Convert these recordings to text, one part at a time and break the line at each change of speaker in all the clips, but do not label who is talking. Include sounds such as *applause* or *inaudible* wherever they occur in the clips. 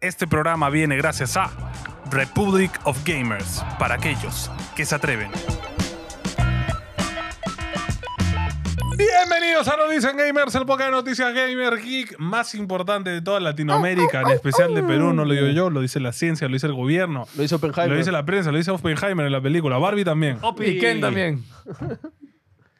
Este programa viene gracias a Republic of Gamers, para aquellos que se atreven. Bienvenidos a No Dicen Gamers, el podcast de noticias gamer geek más importante de toda Latinoamérica, en especial de Perú. No lo digo yo, lo dice la ciencia, lo dice el gobierno,
Lo hizo Oppenheimer.
lo dice la prensa, lo dice Oppenheimer en la película, Barbie también.
Opi.
Y Ken también.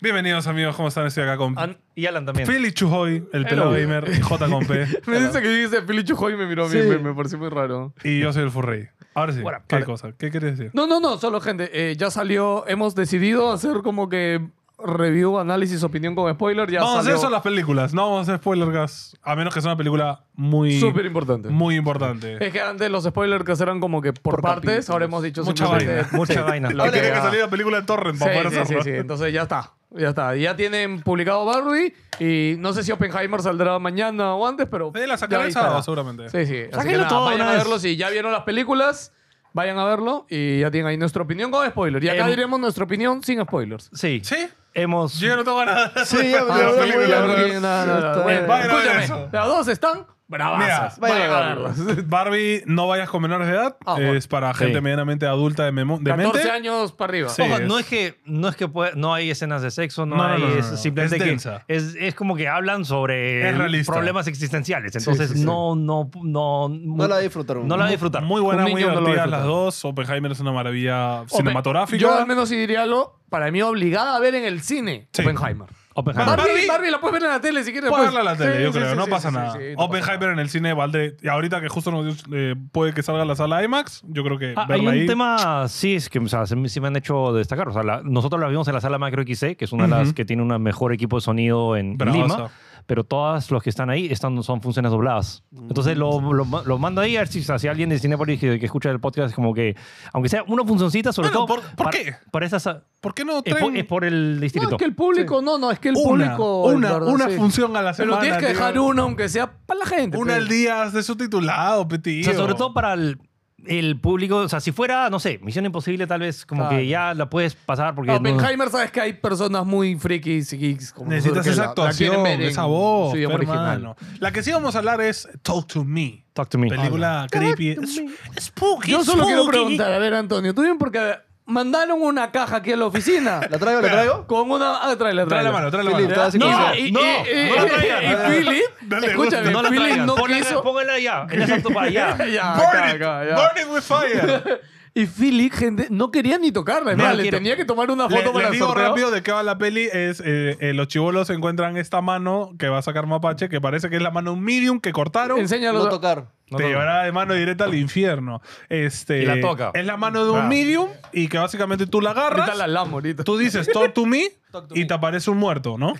Bienvenidos amigos, ¿cómo están? Estoy acá con
An- y Alan también.
Feli Chujoy, el pelado
Hello.
gamer, J con P,
*laughs* Me dice que dijiste Pili Chujoy y me miró a mí.
Sí.
Me, me pareció muy raro.
y yo soy el Furrey. Ahora sí,
What up,
¿qué
what up?
cosa? ¿Qué quieres decir?
No, no, no. Solo, gente, eh, ya salió... Hemos decidido hacer como que review, análisis, opinión con spoiler. Ya
vamos a hacer
salió.
eso en las películas, no vamos a hacer spoiler gas, a menos que sea una película muy,
Súper importante.
muy importante.
Es que antes los spoilers que eran como que por,
Por
partes.
capítulos.
Ahora hemos dicho
Mucha
simplemente-
*laughs* vaina,
mucha
Sí,
vaina.
lo
Ahora
que
tiene que
haga.
salir la película en torrent para poder
sí, sí,
hacerlo.
sí, sí. Entonces ya está. Ya está. Ya tienen publicado Barbie y no sé si Oppenheimer saldrá mañana o antes, pero.
Eh, la
ya
sacará el
estará.
sábado seguramente.
Sí, sí. Así que
Sáquenlo
nada,
todo
vayan
una
a
vez.
verlo. Si ya vieron las películas, vayan a verlo y ya tienen ahí nuestra opinión con spoilers. Y acá
Em.
diremos nuestra opinión sin spoilers. Ah,
Sí.
¿Sí?
Hemos.
Yo ya no tengo nada.
Sí, ya,
Para
ya,
las
ya,
películas,
ya,
¿verdad?
ya, ya, ya, ya,
Bueno,
vayan
a ver
escúchame,
eso.
las dos están bravazas.
Mira,
vayan,
vayan a
a
*laughs*
verlas.
Barbie, no vayas con menores de edad.
Ah, bueno.
es para gente medianamente adulta de, memo- de
14
mente.
años para arriba.
Sí.
*laughs* Ojo,
es.
no es que, no, es que pueda- no hay escenas de sexo, no,
No, no,
hay.
no, no,
es
no.
simplemente
Es
que
densa.
Es, es como que hablan sobre
Es realista.
problemas existenciales. Entonces,
sí, sí.
no, no, no.
No la disfrutaron.
No la disfrutaron.
Muy buena,
Un
muy
niño no lo va a
divertida las
disfrutar.
dos. Oppenheimer es una maravilla
Ope-
cinematográfica.
Yo al menos sí diría lo, para mí obligada a ver en el cine,
Sí.
Oppenheimer.
Oppenheimer.
Barbie-
Barbie, Barbie la puedes ver en la tele si quieres.
Puedo
pues.
verla en la tele,
Sí,
yo
sí,
creo.
sí,
no
sí,
pasa
sí,
nada.
sí, no pasa
Oppenheimer en el cine valdré. Y ahorita que justo nos, eh, puede que salga a la sala IMAX, yo creo que
Ah, hay
verla
un
Eh, ahí.
tema, sí, es que o sea, se me- sí me han hecho destacar. O sea, la- nosotros las vimos en la sala Macro XC, que es una de las
Ujú.
que tiene un mejor equipo de sonido en
Bravaza.
Lima. Pero todas los que están ahí están, son funciones dobladas. Entonces lo,
Mm.
lo, ma- lo mando ahí a ver si, o sea, si alguien de Cinepolis que, que escucha el podcast, es como que, aunque sea una funcioncita, sobre
Bueno,
todo.
¿por- por
para-
qué?
Para esas, es,
¿Por qué no
por,
traen
es por el
nada.
distrito.
No, es que el público, no, no, es que el
una,
público.
una,
en verdad,
una
sí.
función a la
Pero
semana?
tienes que
tío.
dejar una, aunque sea para la gente.
Una
pero-
al día de su titulado, petit.
O sea, sobre todo para el, el público. O sea, si fuera, no sé, Misión Imposible, tal vez como
Claro.
que ya la puedes pasar porque. no-
Oppenheimer, sabes que hay personas muy frikis y geeks. Como
Necesitas
nosotros
esa
que la- la quieren
actuación,
ver en
esa voz,
Su idioma
hermano.
original.
La que sí vamos a hablar es Talk to Me.
Talk to me.
Película creepy. Es- Spooky.
Yo solo quiero
spooky.
preguntar, a ver, Antonio, ¿tú bien? Porque mandaron una caja aquí a la oficina.
*laughs* ¿La traigo, la traigo?
Con una. Ah, tráela,
Trae la
tráela.
mano, trae la
Philip,
mano.
te vas a
No,
conocer.
y,
No, no
y- y-
la
y-
traigan.
y Philip,
No le
escúchame,
gusta.
No la
Philip
traigan.
no
Póngala-
quiso.
póngala allá, en esa sopa allá.
Ya,
Burn
Ah, acá,
it.
acá, ya.
Burn it with fire.
Y Philip, gente, no quería ni tocarla. Es
No,
más,
no
le
quiero.
tenía que tomar una
Le,
*laughs* foto para
les
el
digo
sorteo.
rápido de qué va la peli. Es eh, eh, los chivolos encuentran esta mano que va a sacar Mapache, que parece que es la mano medium que cortaron.
Enséñalo.
No tocar.
No,
te
no, no.
llevará de mano directa al infierno. Este,
Y la toca.
Es la mano de un
Ah.
medium y que básicamente tú la
ahorita
agarras,
la lamo, ahorita.
tú dices talk to me
Talk to
y
me.
te aparece un muerto, ¿no?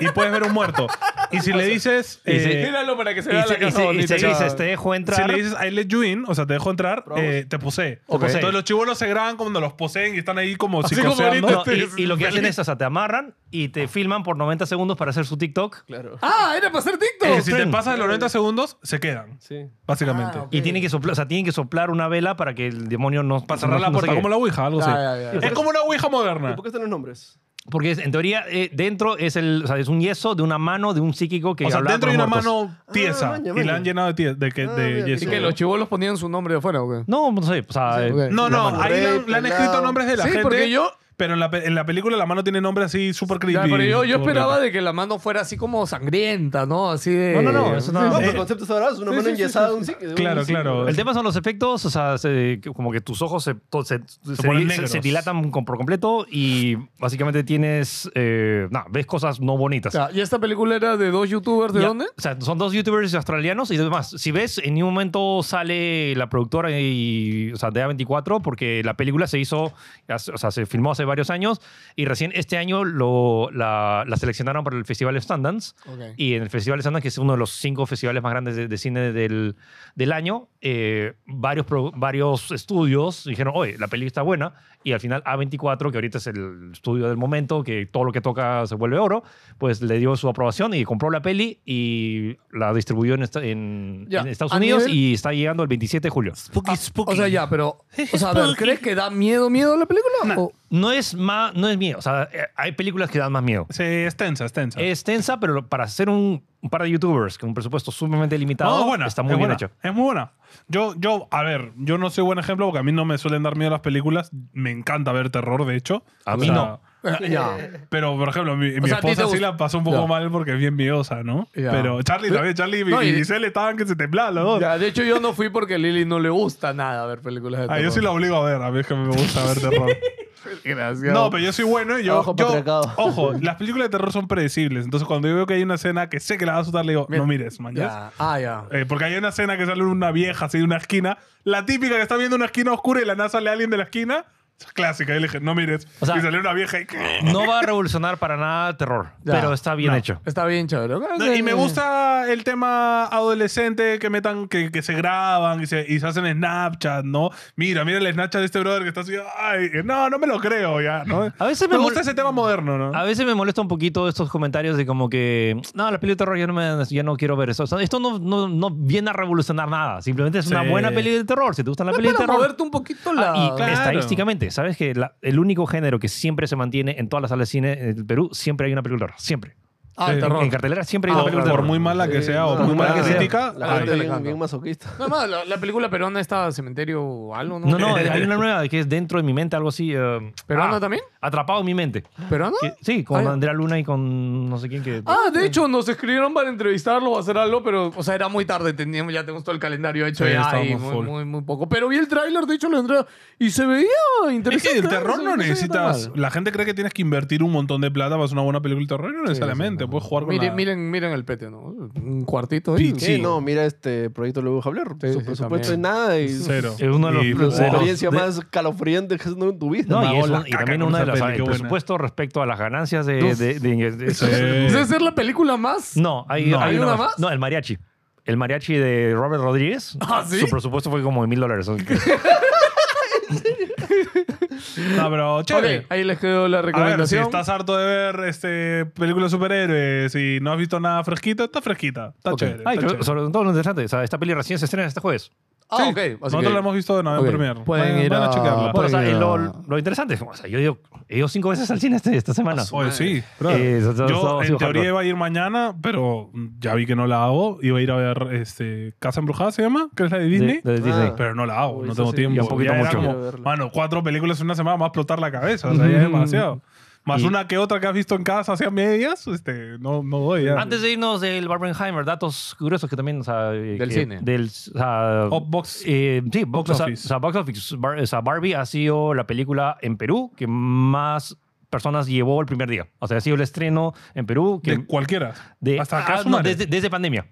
y puedes ver un muerto. Y si le dices...
Y si-
eh,
Míralo para que se
Y
vea
se,
la
y
casa
se- y
bonita.
se
ya.
dices, te dejo entrar.
Si le dices I let you in, o sea, te dejo entrar,
Probamos.
eh, te posee.
Ok.
Entonces los chivolos se graban cuando los poseen y están ahí como
Así como
psicoseando.
ahorita
No, y, y lo que hacen *laughs* es, o sea, te amarran y te filman por 90 segundos para hacer su TikTok.
Claro.
Ah, era para hacer TikTok.
Eh, si te
Tren.
pasas los 90 segundos, se quedan,
Sí.
básicamente.
Ah, ok.
Y tienen que, soplar, o sea, tienen que soplar una vela para que el demonio no...
Para cerrar
no-
la
no sé
puerta,
qué.
como la Ouija, algo
Ya,
así.
ya, ya.
Es como una Ouija
¿Y
moderna.
por qué están los nombres?
Porque es- en teoría eh, dentro es el, o sea, es un yeso de una mano de un psíquico que
O sea,
hablaba
dentro
con
hay una
los muertos.
mano tiesa
Ah, maña,
y la
maña.
han llenado de, tie- de, que-
Ah,
de
mira,
yeso.
¿Y que los chivolos ponían su nombre de afuera o qué?
No, no sé, o sea...
Sí,
eh,
ok.
No, no,
mano.
ahí le han- le han
Rey,
escrito
pelado.
nombres de la
Sí,
gente.
porque yo-
Pero en la, pe- en la película la mano tiene nombre así súper creepy.
Ya, pero yo, yo
Súper
esperaba
creepy.
de que la mano fuera así como sangrienta, ¿no? Así de...
No, no, no, eso no-
No,
Eh,
pero conceptos sabrás, una
sí,
mano
sí, sí,
enyesada,
sí,
un sí.
Claro, claro.
El tema son los efectos, o sea, se- que- como que tus ojos se, to- se, se-
ponen
se-
negros.
se dilatan con- por completo y básicamente tienes, eh, nada, ves cosas no bonitas.
Ya, ¿Y esta película era de dos youtubers Ah, de
Ya,
dónde?
O sea, son dos youtubers australianos y demás. Si ves, en ningún momento sale la productora y, o sea, de A24 porque la película se hizo, hace- o sea, se filmó hace varios años y recién este año lo, la, la seleccionaron para el Festival Sundance.
Ok.
Y en el Festival de Sundance, que es uno de los cinco festivales más grandes de, de cine del, del año, eh, varios, pro- varios estudios dijeron, oye, la peli está buena. Y al final A24, que ahorita es el estudio del momento, que todo lo que toca se vuelve oro, pues le dio su aprobación y compró la peli y la distribuyó en, esta- en-
Ya,
en Estados
a
Unidos
nivel-
y está llegando el 27 de julio.
Ah, O sea, ya, pero... O sea, a ver, ¿crees que da miedo, miedo la película? O-
No es, más, no es miedo. O sea, eh, hay películas que dan más miedo.
Sí, es tensa, es tensa.
Es tensa, pero para hacer un, un par de youtubers con un presupuesto sumamente limitado.
No, es buena.
Está muy
es
bien
buena,
hecho.
Es muy buena. Yo, yo, a ver, yo no soy buen ejemplo porque a mí no me suelen dar miedo las películas. Me encanta ver terror, de hecho.
A
O
mí
sea,
no.
Ah, ya.
Pero, por ejemplo, mi, mi
sea, ¿a ti te
esposa sí
gusta?
la pasó un poco
Ya.
mal porque es bien miedosa, ¿no?
Ya.
Pero Charlie también, Charlie y,
No, y-
y Giselle estaban que se temblaban los dos.
Ya, de hecho, yo no fui porque a Lili no le gusta nada ver películas de
Ah,
terror.
yo sí la obligo a ver, a mí es que me gusta ver terror.
Gracias.
No, pero yo soy bueno y yo.
Ojo,
yo-
patriarcado.
ojo, las películas de terror son predecibles. Entonces, cuando yo veo que hay una escena que sé que la va a asustar, le digo,
Mira,
no mires, man. ¿ya?
Ya. Ah, ya.
Eh, porque hay una escena que sale una vieja así de una esquina. La típica que está viendo una esquina oscura y la NASA sale a alguien de la esquina. Es clásica. Y le dije, no mires.
O sea,
y salió una vieja y...
No va a revolucionar para nada el terror,
Ya.
pero está bien
No.
hecho.
Está bien chévere.
No, y me gusta el tema adolescente que metan, que, que se graban y se, y se hacen Snapchat, ¿no? Mira, mira el Snapchat de este brother que está así, ay, no, no me lo creo ya, ¿no?
A veces me mol-
gusta ese tema moderno, ¿no?
A veces me molesta un poquito estos comentarios de como que, no, la peli de terror yo no, me- yo no quiero ver eso. O sea, esto no, no- no viene a revolucionar nada. Simplemente es una
Sí.
buena peli de terror. Si te gustan las pelis de
Para
terror.
moverte un poquito
Ah,
la.
y
Claro.
estadísticamente, ¿sabes que la- el único género que siempre se mantiene en todas las salas de cine del Perú, siempre hay una película de terror? Siempre.
Ah, el
Sí.
terror.
En cartelera siempre hay
Ah,
una
por,
película de
por
terror.
muy mala que
Sí,
sea o
no,
muy
por
mala
mala que sea.
crítica,
La
ay,
gente
Ay.
bien, bien masoquista.
No, no, la, la película peruana está cementerio o algo, ¿no? Eh,
No, no, hay una nueva que es dentro de mi mente, algo así. eh,
¿Peruano
ah,
también?
Atrapado en mi mente.
¿Peruano?
Que- sí, con
Ah, ya.
Andrea Luna y con no sé quién que.
Ah, de hecho, nos escribieron para entrevistarlo o hacer algo, pero, o sea, era muy tarde, teníamos, ya tenemos todo el calendario hecho
Sí,
ya
estábamos
y muy,
full.
muy, muy poco. Pero vi el tráiler, de hecho, lo entré y se veía
Es
interesante.
que el
se
terror
veía
no
que se veía
necesitas.
tan mal.
La gente cree que tienes que invertir un montón de plata para hacer una buena película de terror. y No necesariamente. Puedes jugar con
Miren,
la-
miren, miren el pete, ¿no? Un cuartito ahí.
Pichi.
Sí, no, mira este proyecto Luego Javier.
Sí,
Su
sí,
presupuesto
también.
es nada y
Cero.
Es uno de los-
Y-
los-
la
Wow.
experiencia
De-
más calofriente que has tenido en tu vida.
No,
Me
y,
hago
es
la
un- y
caca
también
con
una de
esa
las
peli,
el
qué buena.
presupuesto respecto a las ganancias de,
Uf.
de- de- de-
Sí.
¿Esa es Pues la película más?
no hay,
No.
¿Hay una
más.
más?
no el mariachi el mariachi de
*laughs*
Robert Rodríguez
¿Ah, sí?
su presupuesto fue como de mil dólares
No, pero chévere.
Ok, ahí les quedó la
A ver, si
recomendación.
estás harto de ver este, películas de superhéroes y no has visto nada fresquito, está fresquita. Está
Ok.
chévere.
Ay,
está
pero
chévere.
sobre todo lo interesante o sea, esta peli recién se estrena este jueves
Ah, ok. así
Nosotros
que-
la hemos visto de nuevo
ok,
en Premiere.
pueden
Vayan-
ir
vayan
a-
chequearla.
bueno, o sea,
Oiga.
y lo, lo interesante es, o sea, yo he ido, he ido cinco veces al cine este- esta semana
Oye, sí. bro.
Eh, eso- eso- eso-
Ah, Yo
eso-
en teoría iba a ir mañana, pero ya vi que no la hago. Iba a ir a ver este, Casa Embrujada, ¿se llama? Que es la de
de,
Disney.
de Disney
Ah.
Pero no la hago,
Uy,
no
eso
tengo
sí.
tiempo.
Ya un poquito
era
mucho.
como,
Quiero verla.
mano, cuatro películas en una semana me va a explotar la cabeza. O sea, ya es demasiado. Más
Mm. Y-
una que otra que has visto en casa hacia medias, este, no, no doy. Ya.
Antes de irnos del Barbenheimer, datos curiosos que también. o sea, eh,
Del
que-
cine.
Del, o sea,
Oh, box-
eh, sí, box,
box
o sea,
office.
o sea, box office. Bar- o sea, Barbie ha sido la película en Perú que más personas llevó el primer día. O sea, ha sido el estreno en Perú que.
de cualquiera.
de-
hasta
ah,
acá Ah,
no, desde, desde pandemia.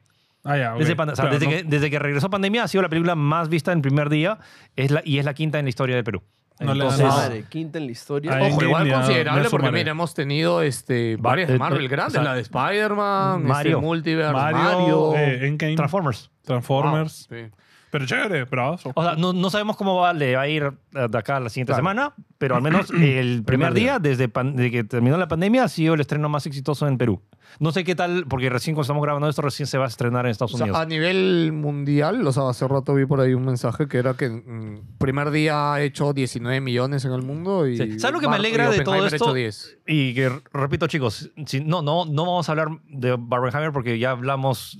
Desde, pan- o sea, desde, que, desde que regresó pandemia ha sido la película más vista en primer día es la, y es la quinta en la historia de Perú.
No le dan
Entonces,
nada.
Madre, quinta en la historia.
Ay,
Ojo,
Ojo, igual
Disney, ah, no
considerable
es
porque
Mario.
mira, hemos tenido este, varias
eh,
de Marvel
eh,
grandes,
exacto.
la de Spider-Man,
Mario.
Mario, Multiverse,
Mario,
Mario,
eh, Endgame,
Transformers.
Transformers.
Ah, sí.
Pero chévere, brazo.
O sea, no, no sabemos cómo va, le va a ir eh, de acá a la siguiente semana, pero al menos el primer día, desde, pan- desde que terminó la pandemia, ha sido el estreno más exitoso en Perú. No sé qué tal, porque recién cuando estamos grabando esto, recién se va a estrenar en Estados
O sea, ah,
Unidos.
a nivel mundial, o sea, hace rato vi por ahí un mensaje que era que mm, primer día ha hecho 19 millones en el mundo y...
Sí. ¿Sabes lo que me
Bar-
alegra
y
de todo
Oppenheimer
esto?
ha hecho 10.
y que, repito, chicos, si- no, no, no vamos a hablar de Barbenheimer porque ya hablamos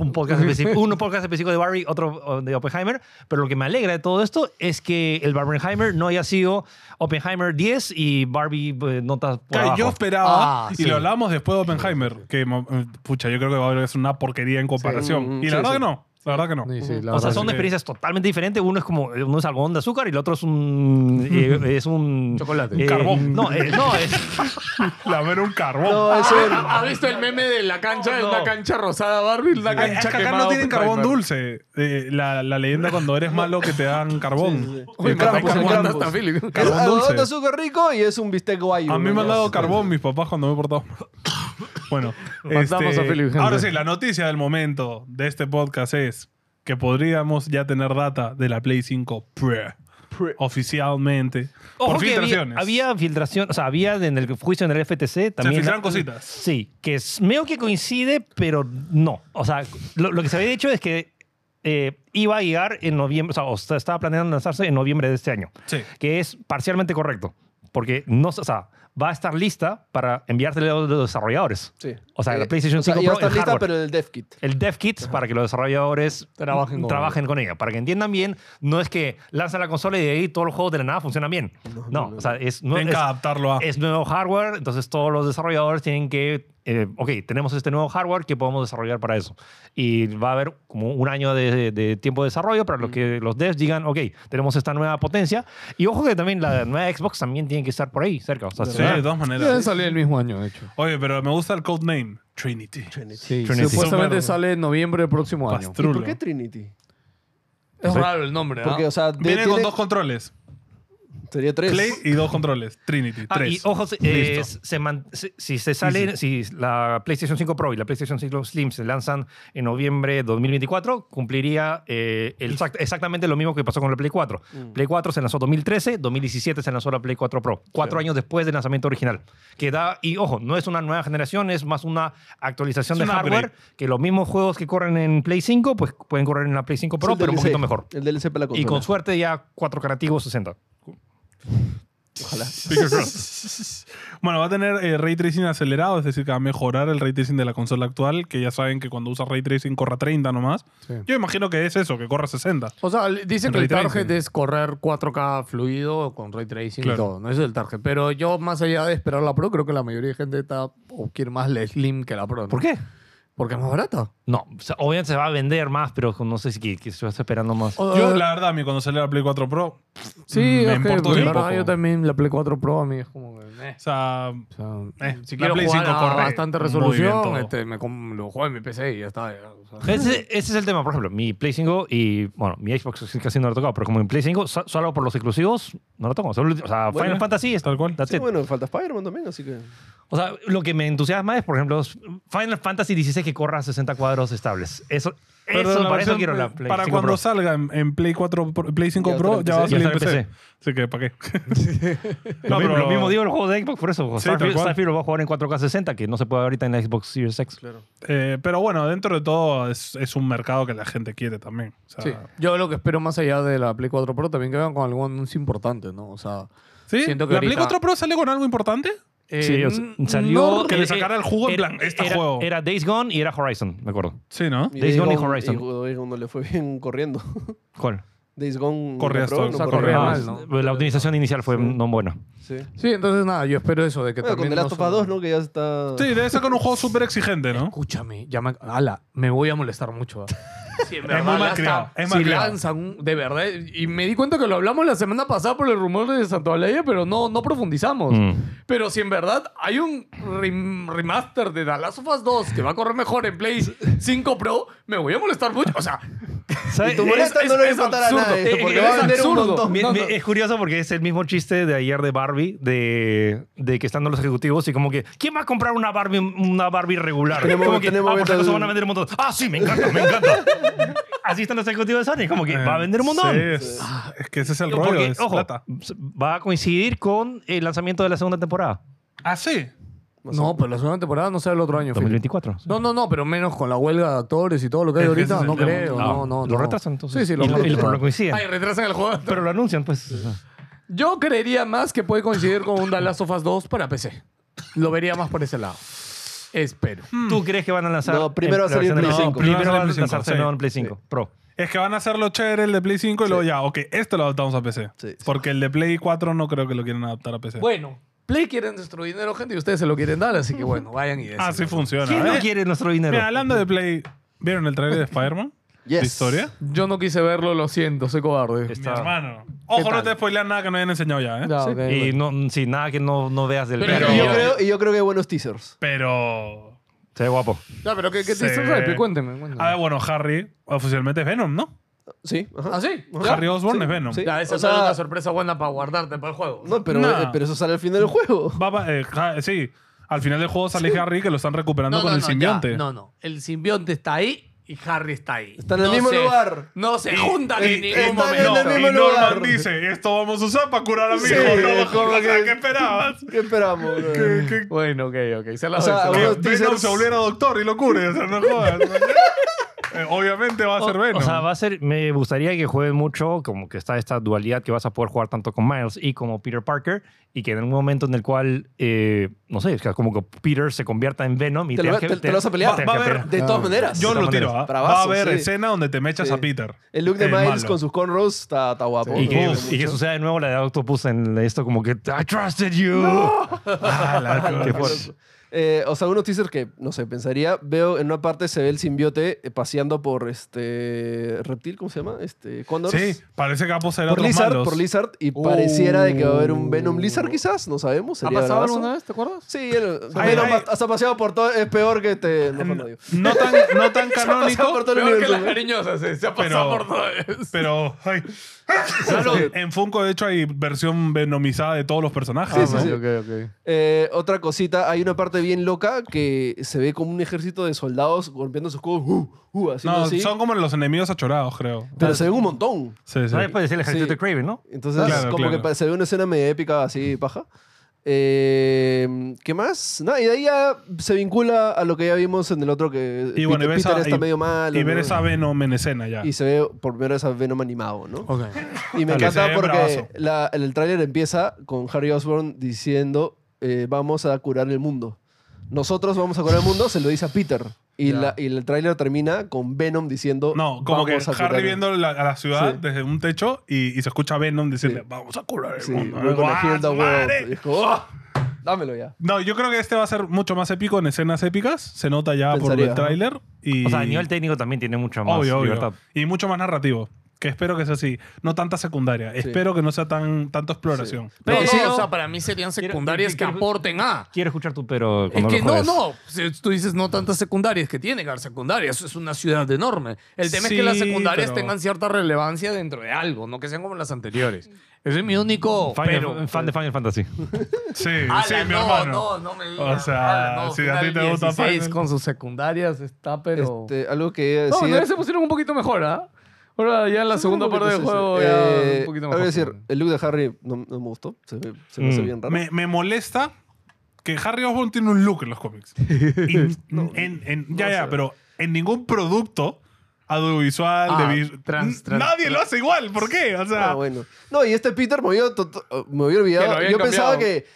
un podcast específico, un podcast específico de Barry, otro eh, de Oppenheimer, pero lo que me alegra de todo esto es que el Barbenheimer no haya sido Oppenheimer 10 y Barbie eh, notas por
Claro, yo
abajo.
esperaba,
Ah,
y
sí.
lo hablábamos después de Oppenheimer, que mo- eh, pucha, yo creo que va a haber es una porquería en comparación.
Mm,
y la
sí,
verdad
sí.
que no, la verdad que no.
Sí, sí, la
o sea, son
verdad que sí.
experiencias totalmente diferentes. Uno es como uno es algodón de azúcar y el otro es un eh, es un
Chocolate.
eh,
Carbón.
No, eh, no es
La ver un carbón.
No, es el-
¿Ha Ah, visto el meme de la cancha?
No,
Es
no.
una cancha rosada Barbie, la
Ay,
cancha
es que acá
quemada
no tienen carbón
Oppenheimer.
dulce. Eh, la, la leyenda cuando eres malo que te dan carbón.
Sí, sí, sí.
Y
Uy,
acá
me
hay
encanta
Campos, en
carbón.
Campos.
esta feeling.
Es
Carbón dulce.
adorno azúcar rico y es un bistec guayo.
A mí me han dado
Sí.
carbón mis papás cuando me he portado mal. Bueno,
Mandamos
este,
a Philip
ahora
Henry.
sí, la noticia del momento de este podcast es que podríamos ya tener data de la Play 5 Pre,
Pre.
oficialmente
Ojo
por
que había-
filtraciones.
Había, filtración, o sea, había en el juicio en el FTC también.
filtraron cositas.
Sí, que es medio que coincide, pero no. O sea, lo, lo que se había dicho es que eh, iba a llegar en noviembre, o sea, o sea, estaba planeando lanzarse en noviembre de este año,
Sí.
que es parcialmente correcto. Porque no, o sea, va a estar lista para enviársela a los desarrolladores.
Sí.
O sea, la
Eh,
PlayStation
o sea,
5
iba a
Pro,
estar
el
lista,
hardware.
pero el dev kit.
El dev kit para que los desarrolladores
Trabajen con
ella. Para que entiendan bien, no es que lanzan la consola y de ahí todos los juegos de la nada funcionan bien. No, o sea, es, no,
Tienen
es-
que adaptarlo a.
es nuevo hardware, entonces todos los desarrolladores tienen que, eh, ok, tenemos este nuevo hardware que podemos desarrollar para eso. Y va a haber como un año de, de- de tiempo de desarrollo para lo que los devs digan, ok, tenemos esta nueva potencia. Y ojo que también la nueva Xbox también tiene que estar por ahí, cerca. O sea,
sí,
¿verdad?
de todas maneras.
Deben salir el mismo año, de hecho.
Oye, pero me gusta el codename Trinity.
Sí,
Trinity.
Supuestamente
Súper.
sale en noviembre del próximo año.
Pastru-
¿Y
Trulo.
por qué Trinity?
Es raro el nombre, ¿ah?
Porque, o sea, de-
Viene con
tiene-
dos controles.
sería tres.
Clay y dos controles. Trinity.
Ah, y
tres.
ojo, se- eh,
Listo.
se man- se- si se sale, si la PlayStation 5 Pro y la PlayStation 5 Slim se lanzan en noviembre de 2024, cumpliría eh, el exact- exactamente lo mismo que pasó con la Play 4.
Mm.
Play 4 se lanzó 2013, 2017 se lanzó la Play 4 Pro, cuatro años después del lanzamiento original. Que da, y ojo, no es una nueva generación, es más una actualización
Es un
de hardware,
upgrade.
que los mismos juegos que corren en Play 5, pues pueden correr en la Play 5
Es el
Pro, pero un
DLC,
poquito mejor.
El DLC para la consola.
Y con suerte ya 4 creativos 60.
Ojalá.
Fingers crossed.
Bueno, va a tener eh, ray tracing acelerado, es decir, que va a mejorar el ray tracing de la consola actual, que ya saben que cuando usas ray tracing corra 30 nomás.
Sí.
Yo imagino que es eso, que corra 60.
O sea, le- dicen que
Ray
el target
tracing.
es correr 4K fluido con ray tracing
Claro.
y todo. No Ese es el target. Pero yo, más allá de esperar la Pro, creo que la mayoría de gente está o quiere más la Slim que la Pro. ¿no?
¿Por qué?
Porque es más barata.
No, o sea, obviamente se va a vender más, pero no sé si que, que se va esperando más.
O-
Yo, la verdad, a mí cuando salió la Play 4 Pro,
sí,
me
es que,
importó
la
bien
verdad,
poco.
yo también la Play 4 Pro a mí es como que, eh.
o sea,
O sea,
Eh,
si
la
quiero
Play
jugar
5
a
corre
bastante
muy bien todo.
resolución, este, me com- lo juego en mi PC y ya está. ya, o sea.
Ese, ese es el tema, por ejemplo, mi Play 5 y, bueno, mi Xbox casi no lo he tocado, pero como en Play 5, so- solo por los exclusivos, no lo toco. Solo- o sea,
Bueno.
Final Fantasy es
Tal cual.
that's
Sí,
it.
bueno, falta Spider-Man también, así que.
O sea, lo que me entusiasma es, por ejemplo, Final Fantasy 16 que corra a 60 cuadros estables. Eso,
pero
eso
la
para eso
versión,
quiero
eh,
la Play
para
5
cuando
Pro.
salga en, en Play 4 Pro- Play 5
Ya
Pro,
está en
ya va a
PC.
salir
Ya
en
está
PC.
en
Así que, ¿para qué?
lo,
No,
mismo,
pero-
lo mismo digo el juego de Xbox, por eso.
Sí, tal
Starfield,
cual.
Starfield lo va a jugar en 4K 60, que no se puede ahorita en la Xbox Series X.
*laughs* Eh, pero bueno, dentro de todo es, es un mercado que la gente quiere también. O sea,
Sí. Yo lo que espero más allá de la Play 4 Pro también que vengan con algún anuncio importante, ¿no? O sea,
¿Sí?
Siento que
¿La Play
ahorita-
4 Pro salió con algo importante?
eh,
sí, o sea,
n-
salió.
no-
que le
eh,
sacara
eh,
el jugo en
era-
plan, este
era-
juego.
Era Days Gone y era Horizon, me acuerdo.
Sí, ¿no?
Y
Days Gone y Horizon.
Y Days Gone no le fue bien corriendo. *laughs*
¿Cuál?
Days Gone.
Corría
la
hasta-
Pro,
o
no
sea,
corría
corría
nada.
mal,
es-
¿no?
pues, La optimización inicial fue no buena.
Sí.
Sí, entonces nada, yo espero eso de que
Bueno, con
también
The Last
no
of Us
son-
2, ¿no? Que ya está.
Sí, debe sacar un juego súper exigente, ¿no?
Escúchame, ya me, ala, me voy a molestar mucho. *laughs* ah. Si en
Es
verdad
muy mal
lanzan-
criado, es mal
si
criado.
lanzan un- de verdad, y me di cuenta que lo hablamos la semana pasada por el rumor de Santo Alaya, pero no, no profundizamos.
Mm.
Pero si en verdad hay un rem- remaster de The Last of Us 2 que va a correr mejor en Play 5 Pro, me voy a molestar mucho. O
*laughs*
sea,
¿Sabes?
tu molestia no le va a faltar a
absurdo.
nadie,
Eh,
porque
es
va a vender un
absurdo.
montón.
Mi-
No,
mi-
no.
Es curioso porque es el mismo chiste de ayer de Barbie, de, de que están los ejecutivos y como que, ¿quién va a comprar una Barbie, una Barbie regular?
Tenemos-
como que,
tenemos
ah, por si acaso
ventas-
van a vender un montón. Ah, sí, me encanta, me encanta. *laughs* Así están los ejecutivos de Sony, como que va a vender un montón.
Sí, es, es que ese es el
Digo,
rollo,
porque,
es
ojo,
plata.
va a coincidir con el lanzamiento de la segunda temporada,
Ah, sí.
No, pero la segunda temporada no sale el otro año. Felipe.
2024.
No, no, no, pero menos con la huelga de actores y todo lo que hay
Es que
ahorita,
ese es
no
el tema.
creo. No, no,
Lo
no.
retrasan entonces.
Sí, sí, lo
Y lo- y lo-
retrasan.
lo coinciden.
Ay, retrasan el juego.
Pero lo anuncian, pues.
Yo creería más que puede coincidir con un Dallas of Us 2 para PC. Lo vería más por ese lado. Espero.
¿Tú crees que van a lanzar?
No, primero va a
la
salir
versión de-
Play
no,
5.
Primero
Primero
va
va
a salir
a
Play 5,
lanzarse
sí.
no en Play 5 Pro.
Es que van a hacerlo chévere el de Play 5 y luego ya, ok, este lo adaptamos a PC.
Sí, sí.
Porque el de Play 4 no creo que lo quieran adaptar a PC.
Bueno, Play quieren nuestro dinero, gente, y ustedes se lo quieren dar, así que bueno,
*laughs*
vayan y
Así
décenlo.
Ah, funciona.
¿Quién no
¿eh?
quiere nuestro dinero?
Mira, hablando de Play, ¿vieron el trailer de Spider-Man?
Yes.
¿De historia?
Yo no quise verlo, lo siento, soy cobarde.
Está-
Mi hermano. Ojo, no
tal?
te spoilean nada que no hayan enseñado ya, ¿eh?
Ya, ok,
Y
bueno.
no, sí, nada que no, no veas del
Pero-
Y yo,
Pero-
creo, y yo creo que hay buenos teasers.
Pero.
Se ve guapo.
Ya, pero ¿qué, qué
Se
te hizo?
ve.
Pepe? Cuénteme. cuénteme.
Ah, bueno, Harry oficialmente es Venom, ¿no?
Sí, ajá.
¿Ah, sí?
Harry Osborn es Venom.
sí.
Ya, esa
O
es
sea-
una sorpresa buena para guardarte para el juego.
No, pero,
No.
eh, pero eso sale al final del juego. *laughs*
Va pa- eh, ja- sí, al final del juego sale Harry que lo están recuperando con el
ya.
simbionte.
No, no. El simbionte está ahí y Harry está ahí.
Está en el
No
mismo
se-
lugar.
No se juntan
Y-
en ningún
está en el
no,
momento.
y
mismo lugar.
Norman dice, esto vamos a usar para curar a mi
Sí,
hijo. No,
como
o sea,
que-
¿qué esperabas?
¿Qué esperamos? bro?
Que, que,
Bueno, ok, ok. Se la
O sea,
doy, se la
que
unos
doy.
Venom
teasers-
se volviera doctor y lo cure. O sea, no jodas. Eh, obviamente va a ser
O-
Venom.
O sea, va a ser, me gustaría que jueguen mucho, como que está esta dualidad que vas a poder jugar tanto con Miles y como Peter Parker, y que en un momento en el cual, eh, no sé, es que como que Peter se convierta en Venom y
Te lo va-
tengas que-
te- te lo vas a pelear.
tengas
Va-
que
va a haber-
pelear.
De todas
Ah.
maneras.
Yo
de
lo
todas
tiro.
maneras.
¿ah? Va a
Bravazo,
haber
sí.
escena donde te mechas
Sí.
a Peter.
El look de
El
Miles
malo.
con sus cornrows está, está guapo.
Sí.
Y que,
Uf.
y que suceda de nuevo la de Octopus en esto, como que I trusted you. *laughs* Ah,
*laughs*
la- qué fuerte.
Eh, o sea, unos teasers que, no sé, pensaría. Veo en una parte se ve el simbiote eh, paseando por este. ¿Reptil? ¿Cómo se llama? Este. Cóndor.
Sí, parece que va a poseer a
Por
otros
Lizard,
malos.
por Lizard. Y pareciera de que va a haber un
Oh.
Venom Lizard, quizás. No sabemos.
¿Ha
Sería
pasado
bravazo.
alguna vez? ¿Te *laughs* acuerdas?
Sí, el,
Ay,
Venom
ay.
ha- hasta paseado por todo. Es peor que te. No, no, no digo.
No tan, no
*laughs*
tan
pasado
canónico,
por todo el
Peor que las
universo. ¿eh?
cariñosas, eh, se ha pasado
Pero-
por todo
*laughs*
eso.
pero... ay. En Funko, de hecho, hay versión venomizada de todos los personajes.
Sí, sí,
¿no?
sí.
Ok, ok.
Eh, otra cosita, hay una parte bien loca que se ve como un ejército de soldados golpeando sus escudos, uh, uh, haciendo
No,
así.
son como los enemigos achorados, creo.
Pero se ven un montón.
Sí, sí.
¿Sabes? Puede ser el ejército
Sí.
de Craven, ¿no?
Entonces,
Claro,
como
claro.
que pa- se ve una escena medio épica así, paja. Eh, ¿Qué más? Nada, y de ahí ya se vincula a lo que ya vimos en el otro que
Y bueno, y
Peter,
ves a-
Peter está
y-
medio mal.
Y ver
¿no?
esa Venom en escena ya.
Y se ve por primera vez a Venom animado, ¿no?
Ok.
Y me
Dale, se
encanta
ve bravazo.
porque la- el tráiler empieza con Harry Osborn diciendo, eh, vamos a curar el mundo. Nosotros vamos a curar el mundo, se lo dice a Peter. Y,
Ya.
la- y el tráiler termina con Venom diciendo,
No, como que
"Vamos a curar
Harry
el-".
viendo la- a la ciudad
Sí.
desde un techo y, y se escucha a Venom decirle,
Sí.
vamos a curar el *laughs*
Sí,
mundo.
we're gonna
¡Ah,
heal the
su
world.
madre!
Y es como, "Oh, dámelo ya.
No, yo creo que este va a ser mucho más épico en escenas épicas. Se nota ya por
Pensaría.
el tráiler. Y...
O sea, a nivel técnico también tiene mucha más
Obvio,
libertad.
obvio. Y mucho más narrativo. Que espero que sea así. No tanta secundaria. Espero que no sea tan tanto
*laughs*
exploración.
Pero,
No, sí,
o sea, para mí serían secundarias que
quiero-
aporten a.
Quiero escuchar tú, pero
Es
cuando
que
lo
no,
juegues.
no. Si Tú dices no tantas secundarias, que tiene que haber secundarias. Es una ciudad enorme. El tema es que las
Sí,
secundarias
pero-
tengan cierta relevancia dentro de algo, no que sean como las anteriores. Ese es mi único.
Fan,
pero-
de, fan de Final Fantasy.
Sí,
Ala,
sí, mi
no,
hermano.
no, no me
O
digas.
sea,
Ala, no,
si a ti
final
te gusta
16
Final-
con sus secundarias está, pero.
Este, algo que iba a
no,
decir...
no, se pusieron un poquito mejor, ¿ah? Ahora ya en la
Un
segunda
poquito,
parte del
sí, sí.
juego
Eh,
ya un poquito
algo
mejor.
que decir, el look de Harry no, no me gustó. Se, ve- se me hace
Mm.
bien raro.
Me, me molesta que Harry Osborn tiene un look en los
*laughs*
cómics. Y en- en- ya,
no
ya,
sé.
pero en ningún producto audiovisual
Ah,
de vi-
trans- trans-
nadie lo hace igual. ¿Por qué? O sea,
Ah, bueno. No, y este Peter me había, to- to- me había olvidado.
Que lo
Yo
habían
pensaba
cambiado.
que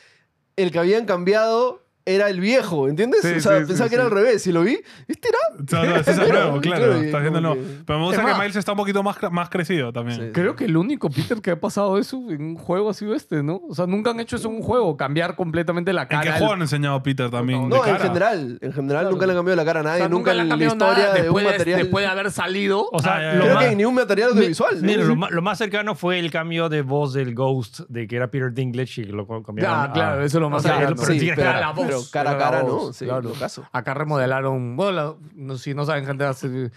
el que habían cambiado era el viejo, ¿entiendes?
Sí,
o sea,
sí,
pensaba
sí,
que era
sí.
al revés. Y lo vi, ¿viste? Era.
o sea, no,
*laughs*
ese es el nuevo,
Claro,
claro.
claro,
Está haciendo nuevo.
como que-
Pero me gusta
Es
que
más-
Miles está un poquito más, cre- más crecido también.
Sí.
Creo que el único Peter que ha pasado eso en un juego ha sido este, ¿no? O sea, nunca han hecho eso en un juego, cambiar completamente la
¿En qué
cara. al-
juego han enseñado a Peter también?
No,
de
en
cara?
general. En general nunca le han cambiado la cara a
O
nadie.
sea,
nunca,
le han
en la
cambiado
historia
nada
de un
después de, este,
material.
después de haber salido.
O sea,
Ah, ya,
lo
ya.
Creo
más-
que ni un material audiovisual.
Mira,
¿no?
lo, ma- lo más cercano fue el cambio de voz del Ghost, de que era Peter Dinklage y que lo co- cambiaron.
Ah,
a-
claro, eso es lo
O
más
sea,
cercano.
pero
sí,
ni siquiera
pero,
era
la voz,
pero cara a
era la
cara,
voz,
¿no? Sí,
claro.
lo caso.
Acá remodelaron. Bueno, la- no, si no saben, gente. hace-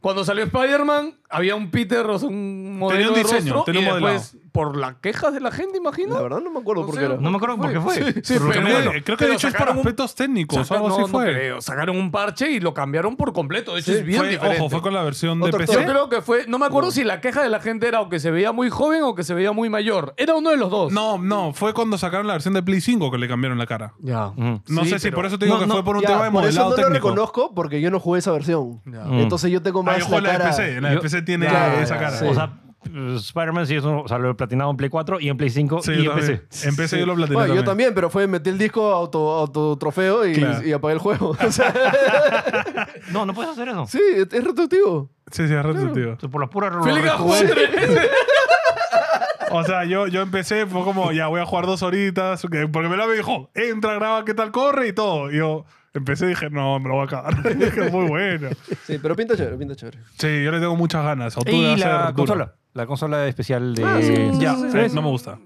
cuando salió Spider-Man, había un Peter, o sea, un modelo
un
de
diseño,
rostro,
tenía
y
un modelado.
después, por las quejas de la gente, imagino.
La verdad no me acuerdo por
sé,
qué era.
No me acuerdo por qué fue.
Sí, sí,
Por lo que
pero-
me acuerdo.
Eh, Creo que de
Pero
hecho es por
sacaron un-
aspectos técnicos o
Saca-
algo así
no, no
fue.
creo. Sacaron un parche y lo cambiaron por completo. De hecho,
Sí,
es bien
Fue-
diferente.
ojo, fue con la versión de
Otro
PC.
Yo creo que fue, no me acuerdo si la queja de la gente era o que se veía muy joven o que se veía muy mayor. Era uno de los dos.
No, no, fue cuando sacaron la versión de Play 5 que le cambiaron la cara.
Ya.
Ujú.
No
Sí,
sé si
pero-
por eso te digo
no,
que
no,
fue por un
Ya,
tema de
por eso
modelado
no lo
técnico.
reconozco porque yo no jugué esa versión.
Ya.
Mm.
Entonces yo tengo
Ah,
más
yo juego la
la
de
cara.
PC. La de
Yo-
PC tiene
Ya,
esa
ya,
cara.
sí.
O
O
sea,
sea, eh, Spider-man sí es un, o sea, lo he platinado en Play 4 y en Play 5
sí,
y
yo
en PC.
también. En PC yo lo platiné
Bueno, yo
también.
también, pero fue metí el disco auto, auto trofeo y,
Claro.
y apagué el juego. *laughs* O sea,
No, no puedes hacer eso.
sí, es es retroactivo.
Sí, sí, es retroactivo.
Tú Por la pura lo
Felipe
rejuve-
jugó tres
*laughs*
veces.
O sea, yo, yo empecé, fue como, ya voy a jugar dos horitas, que- porque me la me dijo, entra, graba, qué tal corre y todo. Y yo empecé y dije, no, me lo voy a acabar. *laughs* es que es muy bueno.
Sí, pero pinta chévere, pinta chévere.
Sí, yo le tengo muchas ganas. O tú le
Y
vas a
la
hacer duro.
consola. La consola especial de.
Ya,
Sí,
eh,
sí.
no me gusta.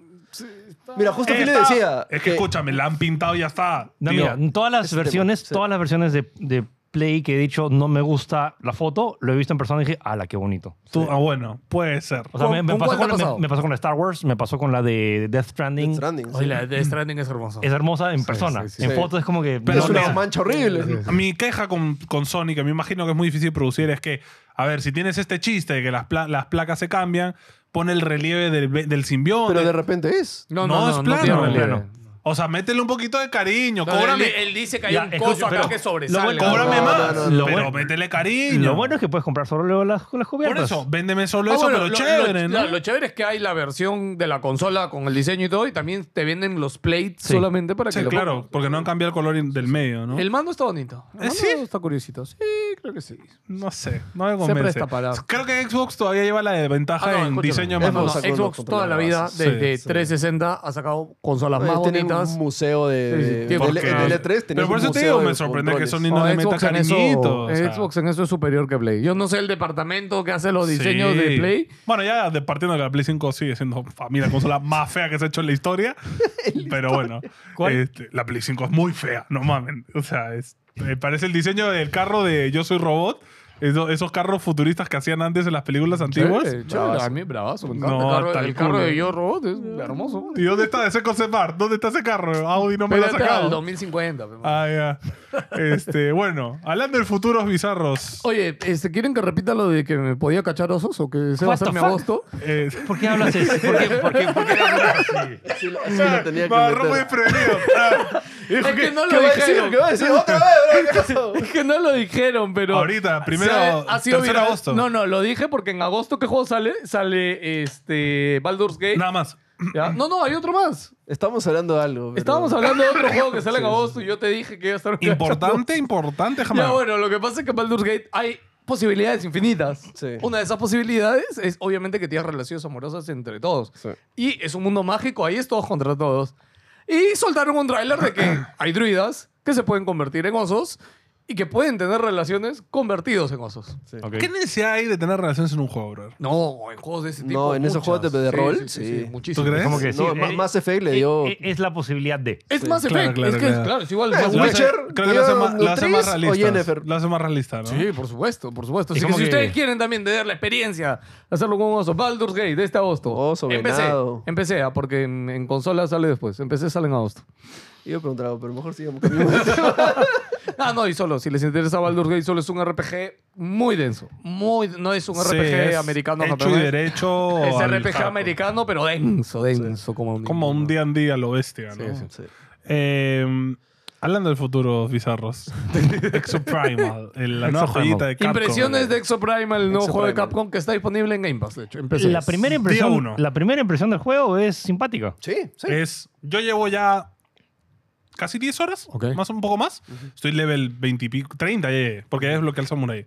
Mira, justo aquí le
Esta-
decía.
es que, escúchame, la han pintado y ya está.
No,
tío.
mira, todas las
Ese tema,
versiones,
sí.
todas las versiones de, de Play que he dicho no me gusta la foto, lo he visto en persona y dije, ala, qué bonito.
Tú- ah, bueno, puede ser.
O sea,
¿Con-
me, me
con
pasó
cuál
con,
te ha
me-
pasado?
me pasó con la Star Wars, me pasó con la de Death Stranding.
Death Stranding, sí.
Oye, la de Death Stranding es hermosa.
Es hermosa en persona.
sí, sí.
En
Sí.
foto es como que.
Pero
es
no,
una
no.
mancha horrible.
Mi queja con, con Sony, que me imagino que es muy difícil producir, es que, a ver, si tienes este chiste de que las, pla- las placas se cambian, pone el relieve del, ve- del simbionte.
Pero de repente es.
No, es plano,
tiene
plano.
relieve.
O sea, métele un poquito de cariño,
No,
cóbrame.
él, él dice que hay
Ya,
un
escucha,
coso acá
pero
que
lo
sobresale.
bueno-
Cóbrame
No,
Ah,
más,
no,
no.
pero
Lo bueno-
métele cariño.
Lo bueno es que puedes comprar solo las, las
Por
cubiertas. *laughs*
eso, véndeme solo
Ah,
eso,
bueno,
pero
lo-
chévere,
lo,
¿no?
la- lo chévere es que hay la versión de la consola con el diseño y todo, y también te venden los plates
Sí.
solamente para
Sí,
que lo
claro, porque no han cambiado el color in- del medio, ¿no?
El mando está bonito. El
¿Eh,
mando
sí?
está curiosito. Sí, creo que sí.
No sé, no me convence.
presta para-
Creo que Xbox todavía lleva la desventaja
Ah, no,
en
escúchame.
diseño de
No,
Es
no,
mandos.
más- sacó
Xbox
los
toda la vida,
controladores.
desde
Sí, Eh, sí.
360, ha sacado consolas más
Tiene
bonitas.
un museo de,
Sí, sí,
de,
tiene-
de-
Porque-
de L3. tenía
Pero por
un
eso te
museo
digo,
de
me sorprende
controles.
que Sony no
No,
le meta
Xbox, en eso,
cariñito. o sea.
Xbox en eso es superior que Play. Yo no sé el departamento que hace los diseños
Sí.
de Play.
Bueno, ya de- partiendo de que la Play 5 sigue siendo familia consola más fea que se ha hecho en la
*laughs*
historia. pero bueno,
¿Cuál?
este, la Play 5 es muy fea, no mamen. O sea, es- eh, parece el diseño del carro de Yo Soy Robot. Eso- esos carros futuristas que hacían antes en las películas antiguas.
Chévere, chévere.
Bravazo.
Eh, A mí, bravazo. me
No,
encanta. el
hasta
carro,
el
el carro
culo.
de Yo Robot es hermoso.
¿Y dónde está ese concept art? ¿Dónde está ese carro? Audi no me lo ha
Espérate al
sacado.
2050. pe, man.
Ah, ya. Este, bueno, hablando de futuros bizarros.
Oye, este, ¿quieren que repita lo de que me podía cachar osos o que se va a
What the
hacer mi
fuck?
agosto?
*laughs* eh,
¿Por qué hablas así? ¿Por qué, por qué, por qué hablas así?
Sí, lo-
*laughs*
sí lo tenía
me agarró
que
muy
meter.
desprevenido. Ah,
Es que no
¿Qué
lo
va a decir?
dijeron.
¿Qué va
*laughs*
a decir? ¡Otra vez! bro! ¿Qué pasó?
Es que no lo dijeron, pero.
Ahorita, primero,
¿sabe?
tercero
viral.
agosto.
No, no, lo dije porque en agosto, ¿qué juego sale? Sale este. Baldur's Gate.
Nada más.
¿ya? No, no, hay otro más.
Estamos hablando de algo. pero-
Estábamos hablando de otro juego que sale en agosto y yo te dije que iba a estar.
*laughs* Importante, importante, jamás.
Ya, bueno, lo que pasa es que en Baldur's Gate hay posibilidades infinitas.
Sí.
Una de esas posibilidades es obviamente que tienes relaciones amorosas entre todos.
Sí.
Y es un mundo mágico, ahí es todos contra todos. Y soltaron un tráiler de
*clears throat*
que hay druidas que se pueden convertir en osos y que pueden tener relaciones convertidos en osos.
Sí.
Ok.
¿Qué necesidad hay de tener relaciones en un juego, bro?
No, en juegos de ese
No,
tipo.
en esos
muchas.
juegos de- de rol,
Sí, sí,
sí.
sí, muchísimo.
¿Tú crees?
Como que
No,
sí,
Ma-
eh,
Mass Effect le
eh,
dio...
eh, Es la posibilidad de.
Es
Sí,
más
claro,
Effect.
claro,
es que, es-
claro.
claro,
*laughs*
es igual.
Eh,
Mass
es
Effect.
Witcher,
Creo que lo hace,
Dion,
más, lo hace más
Nutriz o
realista.
Yennefer.
Lo hace más realista, ¿no?
Sí, por supuesto, por supuesto.
Y
Así que
como
si
que-
ustedes quieren también tener la experiencia, hacerlo con un oso, Baldur's Gate de este agosto.
Oso,
empecé,
venado.
empecé, ah, porque en, en consola sale después. Empecé, sale en *laughs* agosto.
Iba a preguntar algo, pero mejor sigamos con
*laughs*
Ah, no, y solo, si les interesa Baldur's Gate, solo es un RPG muy denso. Muy, no es un
Sí,
RPG
es
americano
Hecho y
japonés.
derecho.
*laughs* Es
al
RPG
taco.
americano, pero denso, denso. Como,
Como un día en día lo bestia, ¿no?
Sí, sí.
Eh, hablando del futuro,
*laughs*
bizarros. Exoprimal, el- la nueva
Exoprimal.
joyita de Capcom.
Impresiones de Exoprimal, el nuevo
Exo
juego de
Primal.
Capcom que está disponible en Game Pass, de hecho. Empecé.
La primera,
Día
impresión,
uno.
la primera impresión del juego es simpática.
Sí, sí.
Es, yo llevo ya casi 10 horas,
Ok.
más un poco más. Estoy level 20 y pico, 30 ya llegué, porque ya desbloqueé el Samurai.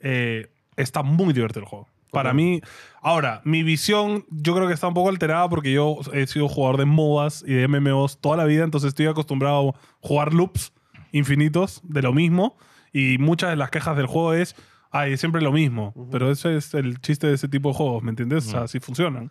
Eh, está muy divertido el juego. Para mí, ahora, mi visión yo creo que está un poco alterada porque yo he sido jugador de MOBAs y de MMOs toda la vida, entonces estoy acostumbrado a jugar loops infinitos de lo mismo y muchas de las quejas del juego es, ay, es siempre lo mismo, pero ese es el chiste de ese tipo de juegos, ¿me entiendes? O sea, Así funcionan.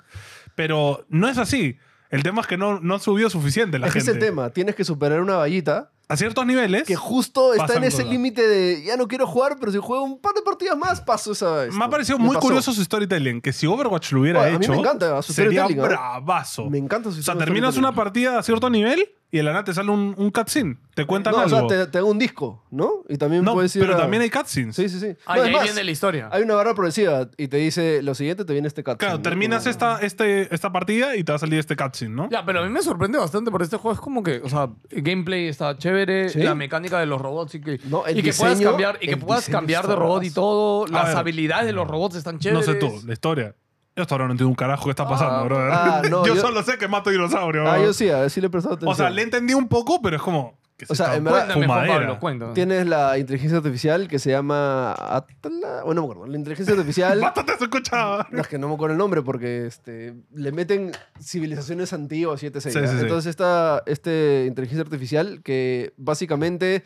Pero no es así. El tema es que no, no subió suficiente la
es que
gente.
ese tema. Tienes que superar una vallita
A ciertos niveles.
que justo está
Pasan
en ese
cosas.
límite de ya no quiero jugar, pero si juego un par de partidas más, paso esa. esto.
Me ha parecido muy
pasó.
curioso su storytelling, que si Overwatch lo hubiera
Oye, a mí
hecho,
me encanta su
sería
storytelling, ¿eh?
bravazo.
Me encanta su
o sea,
sistema
terminas
storytelling.
una partida a cierto nivel y de la nada te sale un, un cutscene. Te cuentan
No, o
algo.
sea, te, te da un disco, ¿no? Y también
no,
puedes ir.
pero
a-
también hay cutscenes.
Sí, sí, sí.
Ah, y
No,
ahí
además,
viene la historia.
Hay una barra progresiva y te dice lo siguiente, te viene este cut.
Claro, terminas esta, este, esta partida y te va a salir este cutscene, ¿no?
Ya, pero a mí me sorprende bastante por este juego. Es como que, o sea, el gameplay está chévere,
Sí.
la mecánica de los robots y que,
No, el
y que puedas
diseño-
cambiar, y que
el
puedas
diseño
cambiar
está
de robot y
bravazo.
todo. las
ver.
habilidades de los robots están
no
chéveres.
sé tú, la historia. Yo hasta ahora no entiendo un carajo qué está pasando, brother.
ah, no,
*laughs* yo,
yo-
solo sé que mato dinosaurio.
Ah, yo sí, a ver si le he prestado atención.
o sea, le entendí un poco, pero es como. que
O sea,
está
en verdad-
Cuéntame, Juan
fumadera.
Pablo, Ah, cuéntame.
Tienes la inteligencia artificial que se llama Atla. Bueno, no me acuerdo. La
*laughs*
inteligencia artificial.
Bastante se *laughs* escuchaba.
No, es que no me acuerdo el nombre porque este, le meten civilizaciones antiguas, 7
Sí, sí, sí.
Entonces esta este inteligencia artificial que básicamente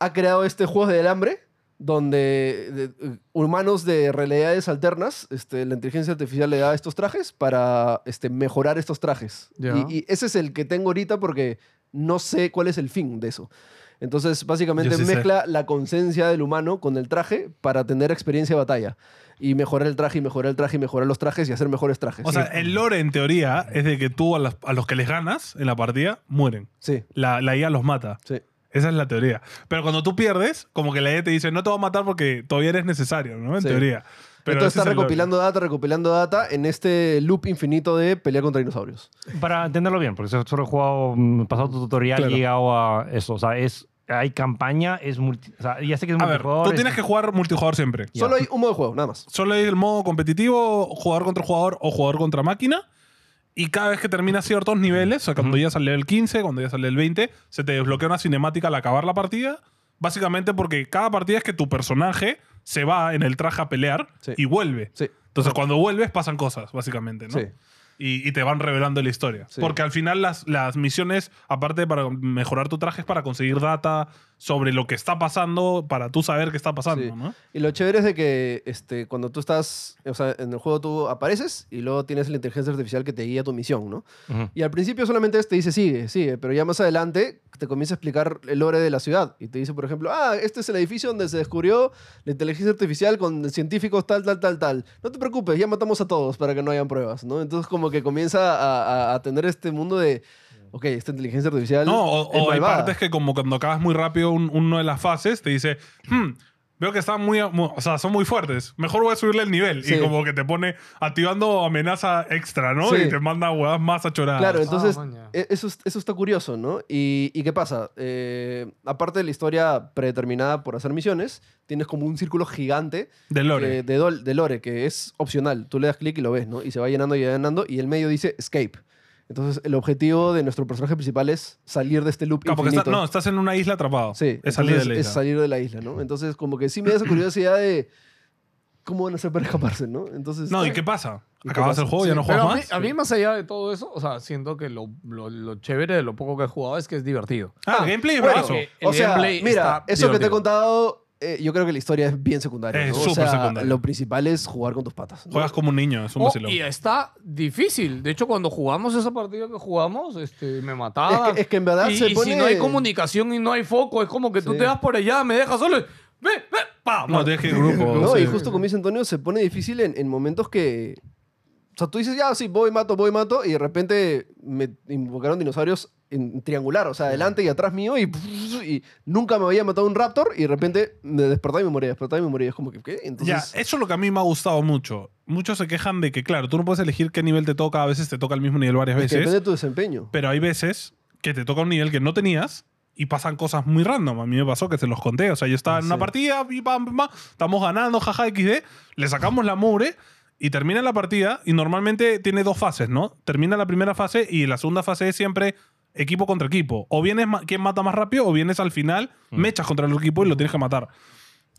ha creado este juego del hambre donde de- eh, humanos de realidades alternas, este, la inteligencia artificial le da estos trajes para este, mejorar estos trajes.
Ya.
Y, y ese es el que tengo ahorita porque no sé cuál es el fin de eso. Entonces, básicamente
Yo sí sé.
mezcla la conciencia del humano con el traje para tener experiencia de batalla. Y mejorar el traje, y mejorar el traje, y mejorar los trajes y hacer mejores trajes.
O sea, eh, el lore en teoría es de que tú a, las- a los que les ganas en la partida mueren.
sí,
La, la IA los mata.
sí.
Esa es la teoría. Pero cuando tú pierdes, como que la IA te dice, no te va a matar porque todavía eres necesario, ¿no? En
Sí.
teoría. Pero
Entonces
ese
está
es el
recopilando data, recopilando data en este loop infinito de pelear contra dinosaurios.
Para entenderlo bien, porque solo he jugado, mm, pasado tu tutorial
Claro.
y he llegado a eso. O sea, es, hay campaña, es multi, o sea, ya sé que es
A ver,
multijugador.
tú tienes que jugar multijugador siempre.
Ya.
Solo hay un modo de juego, nada más.
Solo hay el modo competitivo, jugador contra jugador o jugador contra máquina. Y cada vez que terminas ciertos niveles, o sea, cuando llegas al level 15, cuando llegas al level 20, se te desbloquea una cinemática al acabar la partida. Básicamente porque cada partida es que tu personaje se va en el traje a pelear
Sí.
y vuelve.
Sí.
Entonces, cuando vuelves, pasan cosas, básicamente, ¿no?
Sí.
Y, y te van revelando la historia.
Sí.
Porque al final las, las misiones, aparte de para mejorar tu traje, es para conseguir data sobre lo que está pasando, para tú saber qué está pasando,
Sí.
¿no?
Y lo chévere es de que este, cuando tú estás, o sea, en el juego tú apareces y luego tienes la inteligencia artificial que te guía tu misión, ¿no?
Ujú.
Y al principio solamente te dice sigue, sigue, pero ya más adelante te comienza a explicar el lore de la ciudad y te dice, por ejemplo, ah, este es el edificio donde se descubrió la inteligencia artificial con científicos tal, tal, tal, tal. No te preocupes, ya matamos a todos para que no hayan pruebas, ¿no? Entonces como que comienza a, a- a tener este mundo de, ok, esta inteligencia artificial
No, o,
es
o hay
malvada".
partes que como cuando acabas muy rápido un- una de las fases, te dice, "Hmm, veo que están muy, mu- o sea, son muy fuertes, mejor voy a subirle el nivel.
Sí.
Y como que te pone activando amenaza extra, ¿no?
Sí.
Y te manda huevadas más achoradas.
Claro, entonces
Ah, maña.
eh,
e- eso, es- eso está curioso, ¿no? ¿Y, y qué pasa? Eh, aparte de la historia predeterminada por hacer misiones, tienes como un círculo gigante
de lore.
que- de, dol- de lore que es opcional. Tú le das clic y lo ves, ¿no? Y se va llenando y llenando y el medio dice escape. Entonces el objetivo de nuestro personaje principal es salir de este loop
Claro, porque está-
infinito.
no, estás en una isla atrapado.
Sí,
es
entonces
salir de la
es
isla.
salir de la isla, ¿no? Entonces como que sí me da esa curiosidad de cómo van a hacer para escaparse, ¿no? Entonces *laughs*
No, ¿y qué pasa?
¿Y qué
Acabas
pasa?
el juego,
Sí,
ya no
Pero
juegas
a mí,
más.
a mí más allá de todo eso, o sea, siento que lo, lo- lo chévere de lo poco que he jugado es que es divertido.
Ah, el gameplay es
Bueno,
brazo.
que-
o
El
sea,
gameplay
mira,
está
eso que te he
divertido.
contado, eh, yo creo que la historia es bien secundaria.
Es
¿no? O
súper
sea,
secundaria.
Lo principal es jugar con tus patas. ¿no?
Juegas como un niño, es un
Oh,
vacilón.
y está difícil. De hecho, cuando jugamos esa partida que jugamos, este, me mataba.
Es que- es que en verdad
y,
se
y
pone-
si no hay comunicación y no hay foco, es como que tú
Sí.
te vas por allá, me dejas solo. y Ve, ve, pa.
No,
muerto.
tienes que ir grupo.
No,
sí.
y justo como dice Antonio, se pone difícil en, en momentos que. O sea, tú dices, ya, sí, voy, mato, voy, mato, y de repente me invocaron dinosaurios en triangular, o sea, adelante y atrás mío, y, *laughs* y nunca me había matado un raptor, y de repente me despertaba y me moría, despertaba y me moría. Es como que, ¿qué?
Ya,
Entonces,
eso es lo que a mí me ha gustado mucho. Muchos se quejan de que, claro, tú no puedes elegir qué nivel te toca, a veces te toca el mismo nivel varias
es que
veces.
depende de tu desempeño.
pero hay veces que te toca un nivel que no tenías y pasan cosas muy random. A mí me pasó que se los conté. O sea, yo estaba en una
Sí.
partida, pim, pam, pam, pam, estamos ganando, jaja, XD, le sacamos la mugre y termina la partida y normalmente tiene dos fases, ¿no? Termina la primera fase y la segunda fase es siempre equipo contra equipo. O vienes ma- quién mata más rápido o vienes al final,
Mm.
mechas contra el equipo y lo tienes que matar.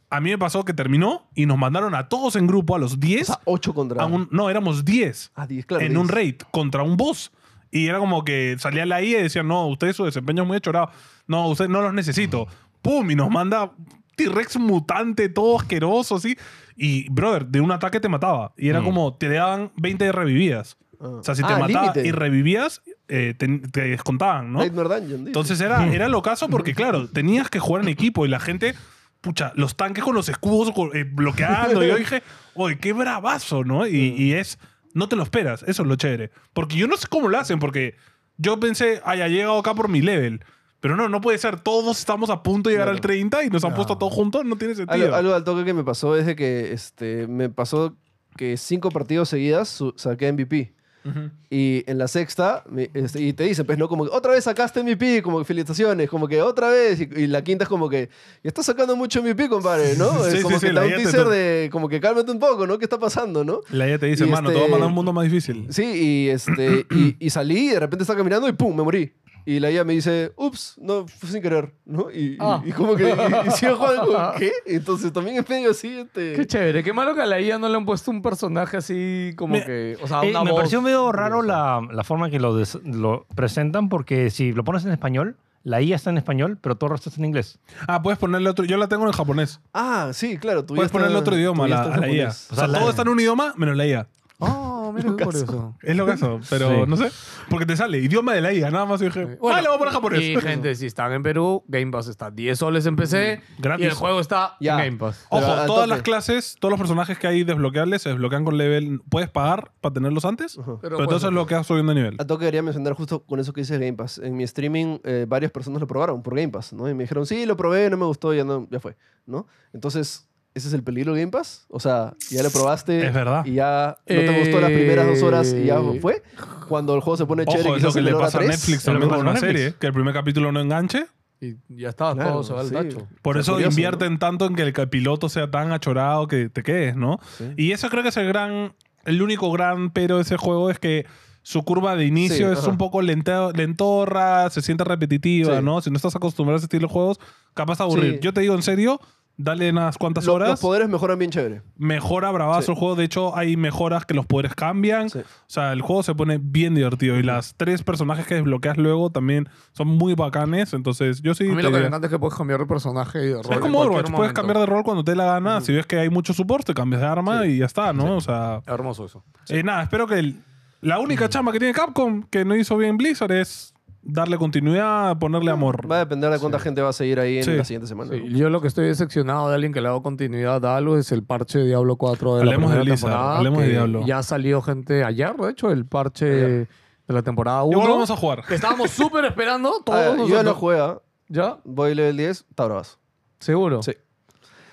A mí me pasó que terminó y nos mandaron a todos en grupo, a los
O
10.
sea, 8 contra.
a un- no, éramos 10
Ah, 10, claro.
en un
10.
raid contra un boss. Y era como que salía la IA y decían, no, ustedes su desempeño es muy chorado. No, ustedes no los necesito. ¡Pum! Y nos manda T-Rex mutante, todo asqueroso, así. Y, brother, de un ataque te mataba. Y era
Mm.
como, te daban 20 revividas.
Ah.
O sea, si te
Ah,
mataba
límite.
y revivías, eh, te, te descontaban, ¿no?
Nightmare Dungeon, dice.
Entonces
*laughs*
era, era lo caso porque, claro, tenías que jugar en equipo y la gente, pucha, los tanques con los escudos co- eh, bloqueando. y yo dije, oye, qué bravazo, ¿no? Y, y es, no te lo esperas, eso es lo chévere. Porque yo no sé cómo lo hacen, porque yo pensé, ay, ha llegado acá por mi level. Pero no, no puede ser, todos estamos a punto de llegar
Claro.
al 30 y nos han puesto todos juntos, no tiene sentido.
Algo, algo al toque que me pasó es de que este, me pasó que cinco partidos seguidas su- saqué MVP.
Ujú.
Y en la sexta, me- este, y te dicen, pues, ¿no? Como que otra vez sacaste MVP, como que felicitaciones, como que otra vez. Y, y la quinta es como que, y estás sacando mucho MVP, compadre, ¿no?
*laughs* Sí,
es
sí,
como
sí,
que te
la
da un
IA te-
teaser de, como que cálmate un poco, ¿no? ¿Qué está pasando, no?
La IA te dice,
Y
mano, te
este-
va a mandar a un mundo más difícil.
Sí, y, este,
*clears throat*
y, y salí, y de repente estaba caminando y ¡pum! me morí. Y la IA me dice, ups, no, fue sin querer, ¿no? Y, y-
Ah.
y como que, y, y sigo
*laughs*
jugando, como, ¿qué? Entonces también es medio así, este...
*laughs* Qué chévere. Qué malo que a la IA no le han puesto un personaje así como
Me-
que. O sea,
Eh,
una
me
voz
pareció medio raro
curiosa.
la, la forma que lo, des- lo presentan, porque si lo pones en español, la IA está en español, pero todo el resto está en inglés.
Ah, puedes ponerle otro, yo la tengo en japonés.
Ah, sí, claro. Tú ya
Puedes
está-
ponerle otro
tú
idioma a
ya
la,
estás
a la IA. O
japonés.
sea,
la-
todo está en un idioma menos la IA.
Ah, *laughs* mira qué curioso.
Es lo caso, pero
Sí.
no sé. Porque te sale idioma de la IA, nada más. Yo dije,
Eh, Bueno,
ah, le voy a poner japonés. *laughs*
Y gente, si están en Perú, Game Pass está 10 soles en PC.
Mm, Gratis.
Y el juego está
Ya.
en Game Pass.
Ojo,
Pero al
todas
tope.
las clases, todos los personajes que hay desbloqueables se desbloquean con level. Puedes pagar para tenerlos antes,
Ujú.
pero,
Pero
entonces
bueno.
lo que subiendo de nivel.
A toque quería mencionar justo con eso que dices Game Pass. En mi streaming, eh, varias personas lo probaron por Game Pass, ¿no? Y me dijeron, sí, lo probé, no me gustó, ya, no, ya fue, ¿no? Entonces, Ese es el peligro de Game Pass. O sea, ya lo probaste.
Es verdad. Eh,
Y ya no te gustó las
Eh,
primeras dos horas y ya fue. Cuando el juego se pone chévere,
Ojo, es lo
quizás
que
en
le
la hora
pasa a
tres.
Netflix
Es lo que
también con
pasa a
una
Netflix.
serie, que el primer capítulo no enganche.
Y ya está,
Claro,
todo se va al
sí.
tacho.
Por
O sea,
eso
curioso,
invierten tanto en que el ca- piloto sea tan achorado que te quedes, ¿no?
Sí.
Y eso creo que es el gran, el único gran pero de ese juego es que su curva de inicio
Sí,
es
ajá.
un poco lente- lentorra, se siente repetitiva,
Sí.
¿no? Si no estás acostumbrado a ese estilo de juegos, capaz de aburrir.
Sí.
Yo te digo en serio, dale unas cuantas
Lo-
horas.
Los poderes mejoran bien chévere.
Mejora bravazo
Sí.
el juego. De hecho, hay mejoras que los poderes cambian.
Sí.
O sea, el juego se pone bien divertido. Y las tres personajes que desbloqueas luego también son muy bacanes. Entonces, yo sí.
a mí lo
te-
que me encanta es que puedes cambiar de personaje y de rol.
es como Overwatch, puedes cambiar de rol cuando te dé la gana. Si ves que hay mucho soporte, cambias de arma y ya está, ¿no? O sea,
Hermoso eso.
eh, nada, espero que el- la única chamba que tiene Capcom que no hizo bien Blizzard es darle continuidad,
Mm.
ponerle amor.
Va a depender de cuánta gente va a seguir ahí en
Sí.
la siguiente semana.
Sí,
¿no?
yo lo que estoy decepcionado de alguien que le ha dado continuidad a algo es el parche de Diablo 4 de
Hablemos
la
de
primera
Blizzard,
temporada.
hablemos de
que
Diablo.
Ya salió gente ayer, de hecho, el parche de la temporada 1.
Igual vamos a jugar.
Que *laughs* estábamos súper
*laughs*
esperando. Todos
Ah, yo
nosotros.
lo jugué, ¿ah?
¿Ya?
voy level 10, está bravazo.
¿Seguro?
Sí.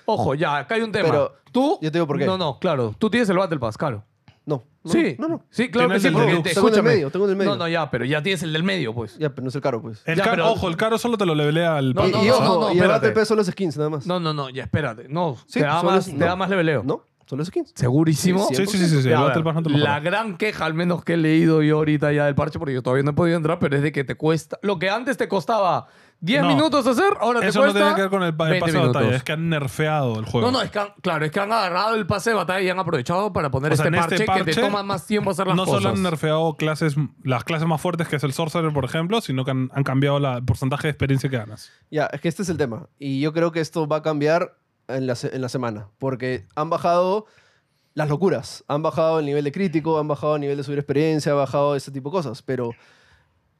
Ojo, ya, acá hay un tema.
Pero
tú...
yo te digo por qué.
No, no, claro. Tú tienes el Battle Pass, claro.
No. no,
sí.
No, no.
Sí, claro que
Tienes
sí.
el
porque
deluxe.
te-
Tengo el del
escúchame.
medio, tengo el del medio.
No, no, ya, pero ya tienes el del medio, pues.
Ya, pero no es el caro, pues.
El
Ya,
ca-
pero-
Ojo, el caro solo te lo levelea al.
No,
y,
no,
y
no,
ojo,
no, no,
y el
espérate.
Battle Pass son los skins, nada más.
No, no, no, ya, espérate. No,
Sí,
te, da
solo
más,
es-
te
no.
da más leveleo.
¿No? son los skins.
¿Segurísimo?
Sí, sí, sí, sí, sí,
Ya,
el
a
Battle
ver,
Pass no te lo
la
jala.
gran queja, al menos que he leído yo ahorita ya del parche, porque yo todavía no he podido entrar, pero es de que te cuesta. Lo que antes te costaba 10
No.
minutos hacer, ahora te
Eso no
cuesta.
tenía que ver con el, pa- el
20
pase de batalla,
minutos.
es que han nerfeado el juego.
No, no, es que han- claro, es que han agarrado el pase de batalla y han aprovechado para poner
O sea,
este,
en
parche
este
que
parche
te toma más tiempo hacer las
No
cosas.
solo han nerfeado clases, las clases más fuertes, que es el Sorcerer, por ejemplo, sino que han, han cambiado la- el porcentaje de experiencia que ganas.
Ya, es que este es el tema. Y yo creo que esto va a cambiar en la, se- en la semana. Porque han bajado las locuras. Han bajado el nivel de crítico, han bajado el nivel de subir experiencia, han bajado ese tipo de cosas. Pero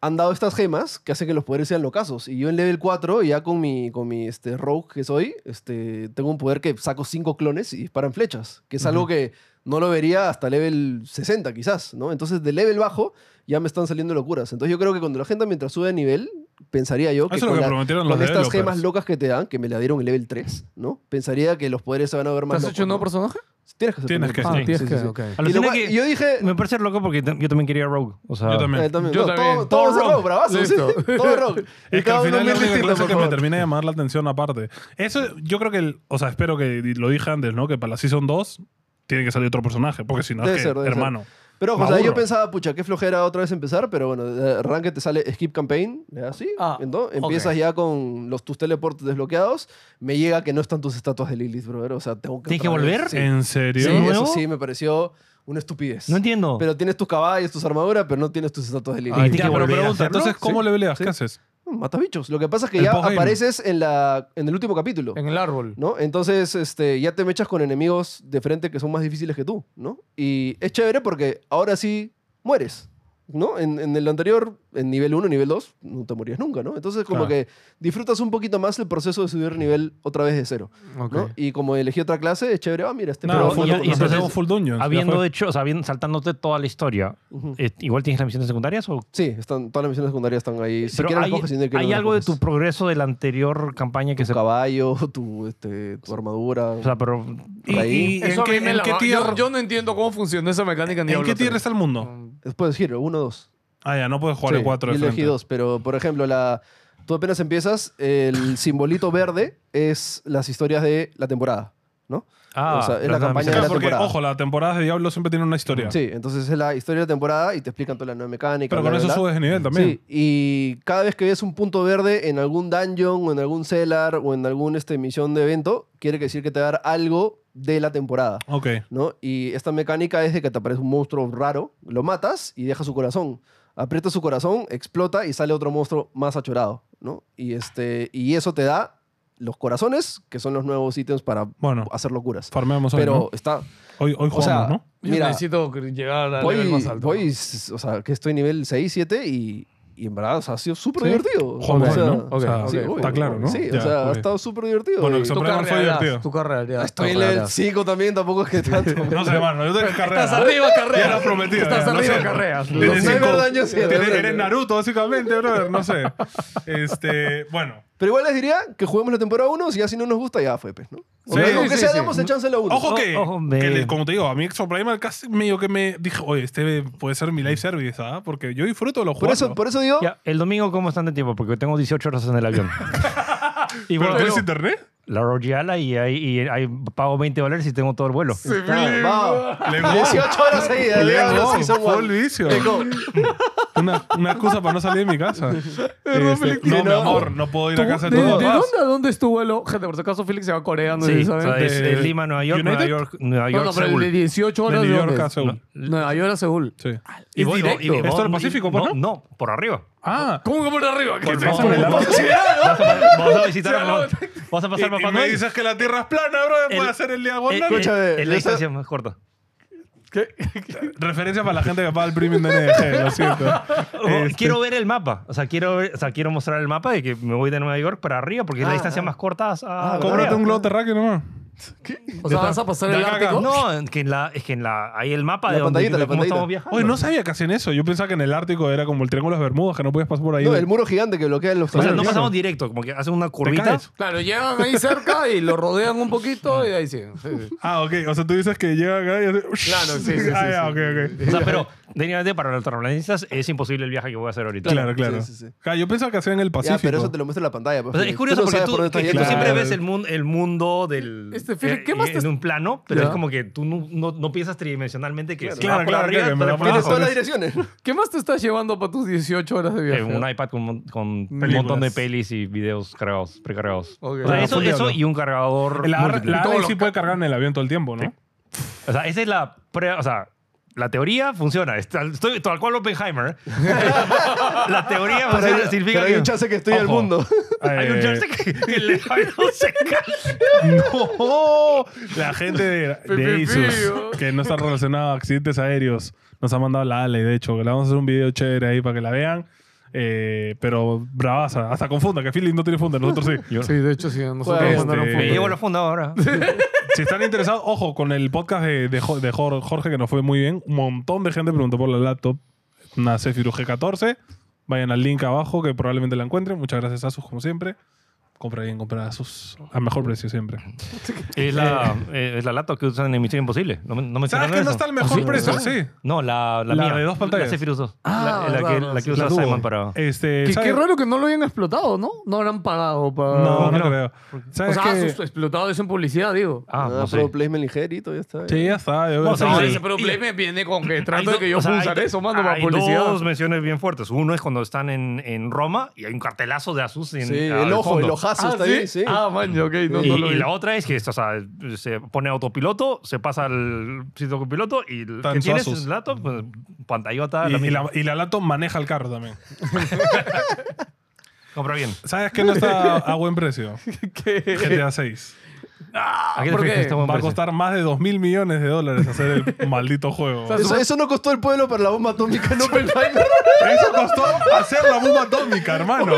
han dado estas gemas que hacen que los poderes sean locazos. Y yo en level 4, ya con mi, con mi este, rogue que soy, este, tengo un poder que saco 5 clones y disparan flechas. Que es algo que no lo vería hasta level 60 quizás, ¿no? Entonces de level bajo ya me están saliendo locuras. Entonces yo creo que cuando la gente mientras sube de nivel, pensaría yo que
Eso es lo
con
que
la-
prometieron los
con estas
developers.
gemas locas que te dan, que me la dieron en level 3, ¿no? Pensaría que los poderes se van a ver
¿Te
más
has
locos,
hecho un nuevo
¿no?
personaje?
Tienes que hacer
Tienes
tu
que
propio
sí.
ah,
hacer,
tienes
personaje. Sí,
que.
sí,
ok.
sí. Y lo
Alucina
cual-
que-
Yo dije...
Me parece loco porque tam- yo también quería Rogue. O sea,
Ah.
Yo también.
Eh, también,
Yo
no,
también.
Todo, todo
Todo
es rock,
rock.
bravazo, sí,
Listo.
*laughs* todo es rock. Y
Es que
cada
al final es
uno mil
la única
distinto,
clase
por
que me
favor.
termina de llamar la atención aparte. Eso, yo creo que, el- o sea, espero que, y lo dije antes, ¿no? Que para la Season 2 tiene que salir otro personaje, porque si no, es
Debe
que,
ser, debe ser.
hermano.
Pero ojo,
Me
o sea, yo
aburro.
pensaba, pucha, qué flojera otra vez empezar, pero bueno, de arranque te sale Skip Campaign, le das así,
Ah,
ento- empiezas
ok.
ya con los, tus teleportes desbloqueados, me llega que no están tus estatuas de Lilith, brother, o sea, tengo que...
¿Tienes que
otra vez-
volver?
Sí,
¿En
Sí,
serio?
¿De
eso
nuevo?
sí, me pareció una estupidez.
no entiendo.
Pero tienes tus caballos, tus armaduras, pero no tienes tus estatuas de Lilith.
Ay,
Ya,
¿Tienes que
pero
volver a
pregunta,
hacerlo?
entonces, ¿cómo
Sí,
le peleas?
sí.
¿Qué haces?
Mata bichos. Lo que pasa es que
El
ya
postgame.
apareces en, la, en el último capítulo,
En el árbol.
¿no? Entonces este, ya te mechas con enemigos de frente que son más difíciles que tú, ¿no? Y es chévere porque ahora sí mueres, ¿no? En, en el anterior, en nivel 1, nivel 2, no te morías nunca, ¿no? Entonces como
Claro.
que disfrutas un poquito más el proceso de subir nivel otra vez de cero,
Ok.
¿no? Y como elegí otra clase, es chévere, ah, mira, este...
No,
pero-
full,
y-
nos
y entonces,
metemos full dungeons. ya
Habiendo
fue.
hecho, o sea, habiendo- saltándote toda la historia,
Ujú.
eh, ¿igual tienes las misiones secundarias o
Sí, están, todas las misiones secundarias están ahí. Si
Pero
quieres las
hay,
coges, si no quieres
hay
no las
algo de
coges.
tu progreso de la anterior campaña que
Tu
se... O
caballo, *laughs* tu, este, tu armadura.
sea, pero...
¿Y,
ahí.
y en
Eso a
qué,
mí me
en
la
qué
va-
tier,
yo, yo no entiendo cómo funciona esa mecánica ni
¿en qué tier está el mundo?
Después Hero, 1 2.
Ah, ya, no puedes jugar el 4 de
Yo elegí
frente.
dos, pero por ejemplo, la, tú apenas empiezas, el simbolito verde es las historias de la temporada, ¿no?
Ah,
O sea, es la
las- las
campaña de
Claro,
la
misiones-
porque,
temporada.
ojo, las temporadas de Diablo siempre tienen una historia.
Sí, entonces es la historia de la temporada y te explican toda la nueva mecánica.
Pero
bla,
con
bla,
eso
bla.
subes de nivel también.
Sí, y cada vez que ves un punto verde en algún dungeon o en algún cellar o en algún este, misión de evento, quiere decir que te va a dar algo de la temporada.
Ok.
¿no? Y esta mecánica es de que te aparece un monstruo raro, lo matas y deja su corazón. Aprieta su corazón, explota y sale otro monstruo más achorado, ¿no? Y, este, y eso te da los corazones, que son los nuevos ítems para
Bueno,
hacer locuras.
farmeamos hoy,
Pero
¿no?
está...
Hoy, hoy jugamos,
O sea,
¿no?
Yo
mira,
necesito llegar al
voy,
nivel más alto.
voy, s- o sea, que estoy nivel 6, 7 y, y en verdad o sea, ha sido súper
¿Sí?
divertido.
Jugamos
O sea,
hoy, ¿no?
ok,
O sea,
ok,
sí,
está
obvio,
claro, ¿no?
Sí, o
Ya,
sea, ha
ok.
estado súper divertido.
Bueno,
y-
que se-
Tú
Supremo fue divertido.
carreras, tú carreras.
Estoy en el 5 también, tampoco
*laughs*
es que tanto.
No sé, hermano, yo tengo carrera.
Estás arriba, carreras.
Ya lo prometí,
Estás
ya, no
arriba,
sé.
carreras.
Los
Eres
nueve
cinco-
daños y-
eres- Eres Naruto, básicamente, brother. No sé. Este, bueno,
Pero igual les diría que juguemos la temporada 1, si ya si no nos gusta, ya fue, pues, ¿no? O
Sí,
sea,
sí,
aunque sea,
sí.
damos el chance a la 1.
Ojo que,
Ojo,
que
de-
le- como te digo, a mí Exo Primal casi medio que me dije, oye, este puede ser mi live service, ¿ah? Porque yo disfruto de los
por,
juegos.
eso, por eso digo,
Ya, el domingo, ¿cómo están de tiempo? Porque tengo 18 horas en
*laughs*
el avión. y
¿Pero
bueno,
tienes
tengo
internet?
la Royala y ahí y ahí pago 20 dólares y tengo todo el vuelo.
Claro, va.
Le
18 horas seguidas.
Le
ya,
ganó,
ahora sí son
fue
guapos.
el vicio.
Tengo-
Una, una excusa para no salir de mi casa. Este,
Sí,
no, mi
no.
amor, no puedo ir
¿Tú-
a casa
¿De,
de
de
todos. Vas.
dónde a dónde es tu vuelo? Gente, por si acaso Félix se va a Corea, no sé
Sí,
si
o
saben.
sea, es
de-
de Lima, Nueva York, Nueva
United?
York, Nueva
No,
York,
no, pero el
Seúl.
de 18
De
horas
New York
dónde
a
es?
Seúl.
Nueva York a Seúl.
Sí.
Y voy-
directo.
y voy-
¿Esto del Pacífico, pues,
no? No, por arriba.
Ah,
¿Cómo que por arriba? ¿Qué
Por
te-
favor. Pásame la
Vas a- vas a visitar a Mamá- Vas a
y,
pasar Eh,
y
más
me dices que la Tierra es plana, bro.
El-
Puede hacer el
eh,
diagonal.
*laughs* Escúchame,
Es la
yo sé-
distancia más corta.
*laughs* Referencia para la gente que paga el premium de NDG, *laughs* lo siento.
Ojo,
Este,
Oh, Quiero ver el mapa. O sea, quiero, ver- o sea, quiero mostrar el mapa de que me voy de Nueva York para arriba porque es
Ah,
la distancia
ah.
más corta a.
Ah,
a
Cómprate
Corea.
un globo terráqueo nomás.
O sea, ¿vas a pasar el
De acá a acá.
Ártico?
No, en- que en la, es que en la, ahí el mapa
La
de donde
pantallita, la
de cómo
pantallita.
estamos viajando.
Oye, no sabía que hacían eso. Yo pensaba que en el Ártico era como el Triángulo de las Bermudas, que no podías pasar por ahí.
No, el muro gigante que bloquea los
o sea,
Claro,
no
claro.
pasamos directo, como que hacen una
¿Te
curvita.
caes?
Claro, llegan ahí cerca y lo rodean un poquito y ahí sí. sí, sí.
Ah, ok. O sea, tú dices que llega acá y hace... *laughs*
Claro, sí, sí, sí,
Ah, ya,
sí.
ok, ok.
O sea, pero técnicamente para los terraplanistas es imposible el viaje que voy a hacer ahorita.
Claro, claro.
Sí, sí, sí.
Ah, Yo pensaba que hacían el
Ya,
Pacífico.
pero eso te lo muestra en la pantalla. pues,
O sea,
Felipe.
es curioso
no
porque
sabes
tú,
por dónde
que- que
estás
tú
yendo.
siempre
Claro.
ves el mundo, el mundo del,
Este, Felipe,
eh,
¿qué más
en
te-
un plano, pero
Ya.
es como que tú no, no- no piensas tridimensionalmente que
Claro.
si
Claro,
vas por
claro,
arriba,
claro, que me
te
va
vas por
por
Tienes
abajo.
todas las
*laughs*
direcciones.
¿Qué más te estás llevando para tus 18 horas de viaje?
Eh, un iPad con, mon- con un
Películas.
montón de pelis y videos cargados, precargados.
Ok.
O sea,
Ah,
eso,
full diablo.
eso y un cargador.
La, ar-
múltiple.
la
Todos
Arden
los
sí puede cargar en el avión todo el tiempo, ¿no?
O sea, esa es la prueba. O sea, la teoría funciona. Está- Estoy tal cual Oppenheimer. ¿eh?
*laughs*
la teoría
Pero
funciona.
hay-
significa
pero hay
que-
un chance que estoy al
Ojo.
mundo.
Hay un
Eh,
chance que, que *laughs* el avión se cae.
¡No! La gente *laughs* de, de
Pi, pi, pi,
Isus,
oh.
que no está relacionada a accidentes aéreos, nos ha mandado la Ale, de hecho, que le vamos a hacer un video chévere ahí para que la vean. Eh, pero bravaza, hasta con funda, que Philip no tiene funda, nosotros *laughs* sí.
Sí, de hecho, sí. Nosotros
Este,
mandaron
Me llevo
fotos.
la funda ahora.
Si están interesados, ojo, con el podcast de, de Jo- de Jor- Jorge, que nos fue muy bien, un montón de gente preguntó por la laptop, una Zephyr G14. Vayan al link abajo, que probablemente la encuentren. Muchas gracias a Asus, como siempre. Compra bien, compra Asus. A mejor precio siempre.
*laughs* Es la, eh, es la laptop que usan en Misión Imposible. No, me- no mencionaron
¿Sabes que no
eso.
está el mejor precio? Sí.
No, la, la,
La
mía.
de dos pantallas.
La Zephyrus 2.
Ah,
la, la que,
verdad,
la Eh,
sí.
que usa
La tuvo.
Simon para...
Este,
Qué,
¿sabes?
qué raro que no lo hayan explotado, ¿no? No habrán pagado para...
No, no
no.
creo.
O
¿Sabes
sea,
qué?
sus- explotado eso en publicidad, digo.
Ah, no sé.
Pro Placement ligerito, ya está.
Sí, ya está. yo-
No, o sea,
sí.
hay-
ese pero
y-
Play me viene con que trato de
Hay
que
do-
yo
o sea,
pueda
hay
usar
do-
eso, mano, para
hay
publicidad.
dos menciones bien fuertes. Uno es cuando están en, en Roma y hay un cartelazo Ah, de Asus en
Sí,
al
el ojo,
fondo.
el ojazo está ahí, sí.
Ah, man, ok, no,
Y,
no lo
y *laughs*
vi.
la otra es que esto, o sea, se pone autopiloto, se pasa al sitio con piloto y el
Tan
que tienes
suazos.
en el laptop, pues, pantallota, la
Y, y
misma.
la, y la laptop maneja el carro también.
compra bien.
¿Sabes qué no está a buen precio? GTA 6.
¿A
Ah, ¿por
te
qué?
fuiste, buen
Va a
precio?
costar más de 2 mil millones de dólares hacer el maldito juego.
sea,
Eso, eso no costó el pueblo para la bomba atómica, no Oppenheimer.
Eso costó hacer la bomba atómica, hermano.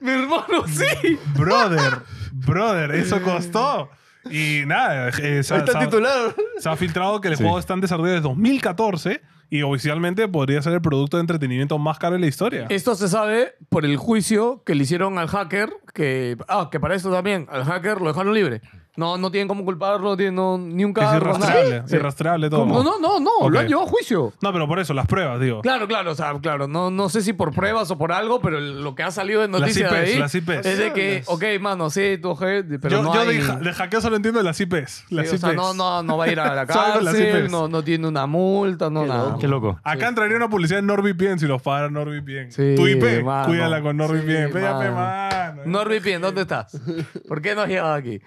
Mi hermano, sí.
Brother, brother, eso costó. Y nada, eh, se,
Ahí
se
está
ha-
el titular.
se ha filtrado que el juego está en desarrollo desde 2014 y oficialmente podría ser el producto de entretenimiento más caro de la historia.
Esto se sabe por el juicio que le hicieron al hacker, que, ah, que para esto también, al hacker lo dejaron libre. No, no tienen cómo culparlo, no tienen no- ni un
Que es
cargo. nada.
irrastreable,
Sí.
irrastreable todo.
¿Cómo? No, no, no,
Ok.
lo han llevado a juicio.
No, pero por eso, las pruebas, digo.
Claro, claro, o sea, claro, no, no sé si por pruebas o por algo, pero el- lo que ha salido de noticias de
IPs,
ahí
las IPs.
es de que, ok, mano, sí, tu jefe, pero
yo
no
yo
hay...
de, ja- de hackeo solo entiendo las IPs. Las
sí, o sea,
IPs.
no, no, no va a ir a la
*laughs* Salgo en las
cárcel,
IPs.
no, no tiene una multa, no nada.
Qué
*laughs*
loco.
Acá entraría una publicidad en NordVPN si los pagara NordVPN.
Sí,
tu IP,
mano.
cuídala con NordVPN.
Sí,
Pégame,
mano.
mano.
NordVPN, ¿dónde estás? ¿Por qué no has llegado aquí?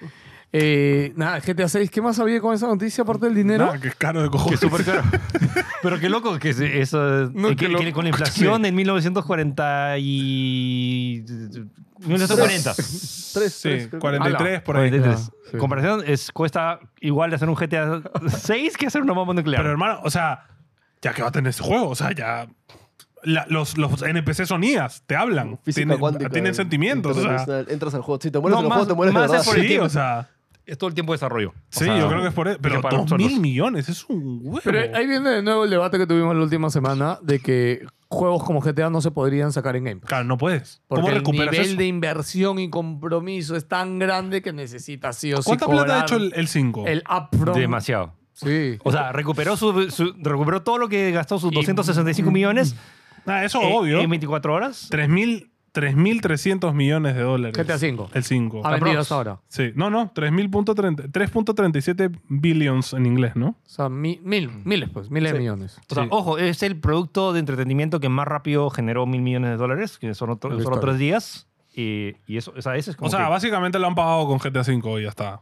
Eh, nada, GTA 6, ¿qué más había con esa noticia aparte del dinero?
Nada, que es caro de cojones.
Que es
*laughs*
súper caro. *laughs* Pero qué loco que se- eso.
No,
que-
qué
que
loco.
con la inflación en 1940 y.
*laughs*
1940.
Tres,
Sí,
tres, creo que-
43 por ahí.
43.
Ah, sí.
Comparación, es, cuesta igual de hacer un GTA 6 que hacer una bomba nuclear.
Pero hermano, o sea, ya que va a tener este juego, o sea, ya. la- los, los NPC son IAs, te hablan,
Física
tienen,
cuántica,
eh.
tienen sentimientos. O sea,
internacional. Entras al juego. Si te mueres
No,
en el
más-
juego, te mueres de
más es
verdad.
por-
sí,
tiempo.
o sea,
es todo el tiempo de desarrollo. O
Sí,
sea,
yo creo que es por eso. Pero
que para
2 mil
nosotros-
millones, es un huevo.
Pero ahí viene de nuevo el debate que tuvimos la última semana de que juegos como GTA no se podrían sacar en Game Pass.
Claro, no puedes. ¿Cómo
Porque el
recuperas
nivel
eso?
de inversión y compromiso es tan grande que necesita sí o sí
¿Cuánta plata ha
cobrar
hecho el- el 5?
el upfront.
Demasiado.
Sí.
O sea, recuperó, su, su- recuperó todo lo que gastó sus 265 millones
Ah, eso
eh,
obvio.
en 24 horas.
3.000 3.300 millones de dólares.
GTA cinco.
El 5.
Ha vendido
aprox.
hasta ahora.
Sí, no, no, 3.000.30 3.37 billions en inglés, ¿no?
O sea, mi- mil, miles, pues, miles de millones.
O sea,
Sí.
ojo, es el producto de entretenimiento que más rápido generó mil millones de dólares, que son, otro-
Lo que
son
está.
otros días. Y, y eso, o sea, ese es como
O sea,
que-
básicamente lo han pagado con GTA 5 y ya está.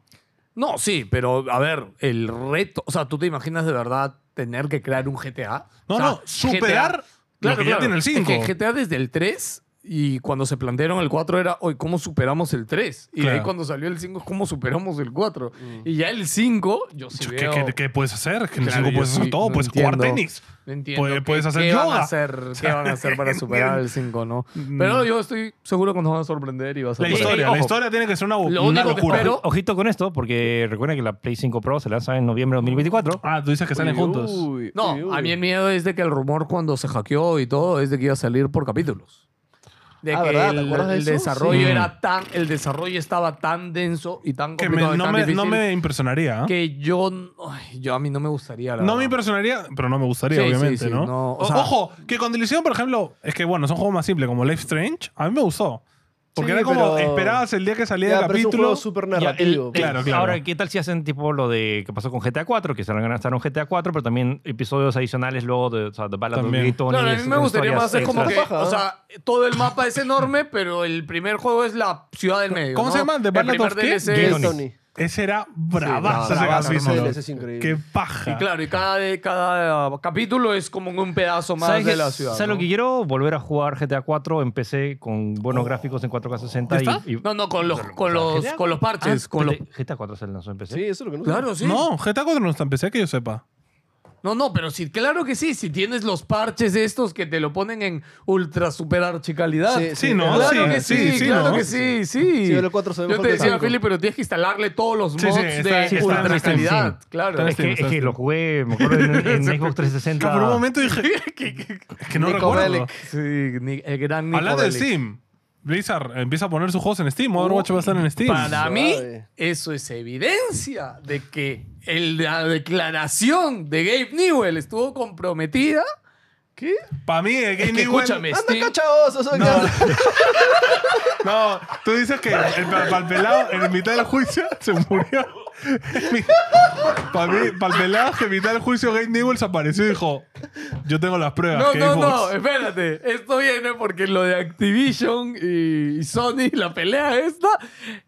No, sí, pero a ver, el reto. O sea, ¿tú te imaginas de verdad tener que crear un GTA?
No,
O sea,
no, superar lo que ya tiene el
Es
5.
que GTA desde el 3 y cuando se plantearon el 4 era, hoy, ¿cómo superamos el 3? Y de ahí
Claro. Mm.
cuando salió el 5, ¿cómo superamos el 4? Y ya el 5, yo sí
¿Qué,
veo...
qué- qué puedes hacer? Que en el
Claro,
5
yo
puedes hacer
sí,
todo,
no
puedes jugar
entiendo.
tenis.
No entiendo.
Puede-
qué-
puedes hacer
qué Van a
yoga. *laughs*
hacer, ¿Qué van a hacer para superar el 5, no? Pero yo estoy seguro que nos van a sorprender y va a
Mm.
ser...
La
Ey,
historia,
ojo.
la historia tiene que ser una,
Lo
una
único que
locura.
espero-
Ojito con esto, porque recuerden que la Play 5 Pro se lanza en noviembre de 2024.
Ah, tú dices que salen juntos.
Uy, uy,
No,
uy.
a mí el miedo es de que el rumor cuando se hackeó y todo es de que iba a salir por capítulos. De
Ah,
que
¿verdad? ¿Te
el,
acuerdas de
el
eso?
desarrollo
Sí.
era tan, el desarrollo estaba tan denso y tan
Que me-
complicado y
no,
tan
me,
difícil
no me impresionaría. ¿eh?
que yo, ay, yo a mí no me gustaría. la
No
verdad.
me impresionaría, pero no me gustaría,
Sí, sí,
obviamente,
sí,
¿no?
no, o
O-
sea-
Ojo, que con Delición, por ejemplo, es que bueno, son juegos más simples, como Life Strange, a mí me gustó. Porque
Sí,
era como,
pero-
esperabas el día que salía
Ya,
el
pero es un
capítulo.
juego
*laughs*
súper
Ya, el-
narrativo.
el-
pues.
Claro, claro.
Ahora, ¿qué tal si hacen tipo lo de que pasó con GTA 4? Que se van a gastar un GTA 4, pero también episodios adicionales luego de o sea, The Ballad of
También.
Gay Tony,
Claro, a mí
esas
me gustaría
historias
más es como que,
extras.
Paja,
o
¿eh?
sea, todo el mapa es enorme, pero el primer juego es la ciudad del medio.
¿Cómo
¿no?
se llama? ¿The
El
Ballad of
primer
qué?
DLC
Gay
es-
Tony.
Tony.
Ese era
bravazo
bravazo
ese
ese
bravazo,
capítulo.
capítulo.
ese es increíble.
Qué paja.
Y claro, y cada, cada ah, capítulo es como un pedazo más
¿Sabes,
de
qué-
la ciudad.
¿sabes
¿no?
lo que quiero? Volver a jugar GTA 4 en PC con buenos gráficos en 4K60
¿Está?
y, y-
Oh. No, no, con los, con
o sea,
los,
GTA
con los parches.
Ah,
con los...
espérate, GTA 4 se lanzó en PC.
Sí, eso es lo que no
Claro, sí. No.
No, GTA 4 no está en PC, que yo sepa.
no, pero sí, claro que sí. Si tienes los parches estos que te lo ponen en ultra super archicalidad.
Sí,
Sí, ¿no?
Claro
sí,
que sí,
sí, sí,
claro
¿no?
que sí, sí.
Sí, el 4 se ve
Yo
mejor
te
que el
decía,
cinco.
Felipe, pero tienes que instalarle todos los mods
Sí, sí, está-
de
está- está
ultra
en
calidad.
Steam.
Claro.
Es que,
Steam,
es que
Steam.
lo jugué, me acuerdo, en,
*laughs*
en Xbox 360.
Claro, por un momento dije, es que no
Nico
recuerdo.
Bellic.
Sí, ni- el gran Nico
Hablando de
Bellic.
Steam, Blizzard empieza a poner sus juegos en Steam. Overwatch va a estar en Steam.
Para mí,
Suave.
eso es evidencia de que el- la declaración de Gabe Newell estuvo comprometida. ¿Qué?
Para mí, el Game
Es que
Newell-
escúchame,
Anda
Steam-
cachaoso, soy
No.
claro.
No, tú dices que el pa- palpelado en mitad del juicio se murió. *laughs* Para mí, palpelado que en mitad del juicio Gabe Newell se apareció y dijo: Yo tengo las pruebas.
No,
que
no,
Xbox-
no, espérate. Esto viene porque lo de Activision y y Sony, la pelea esta,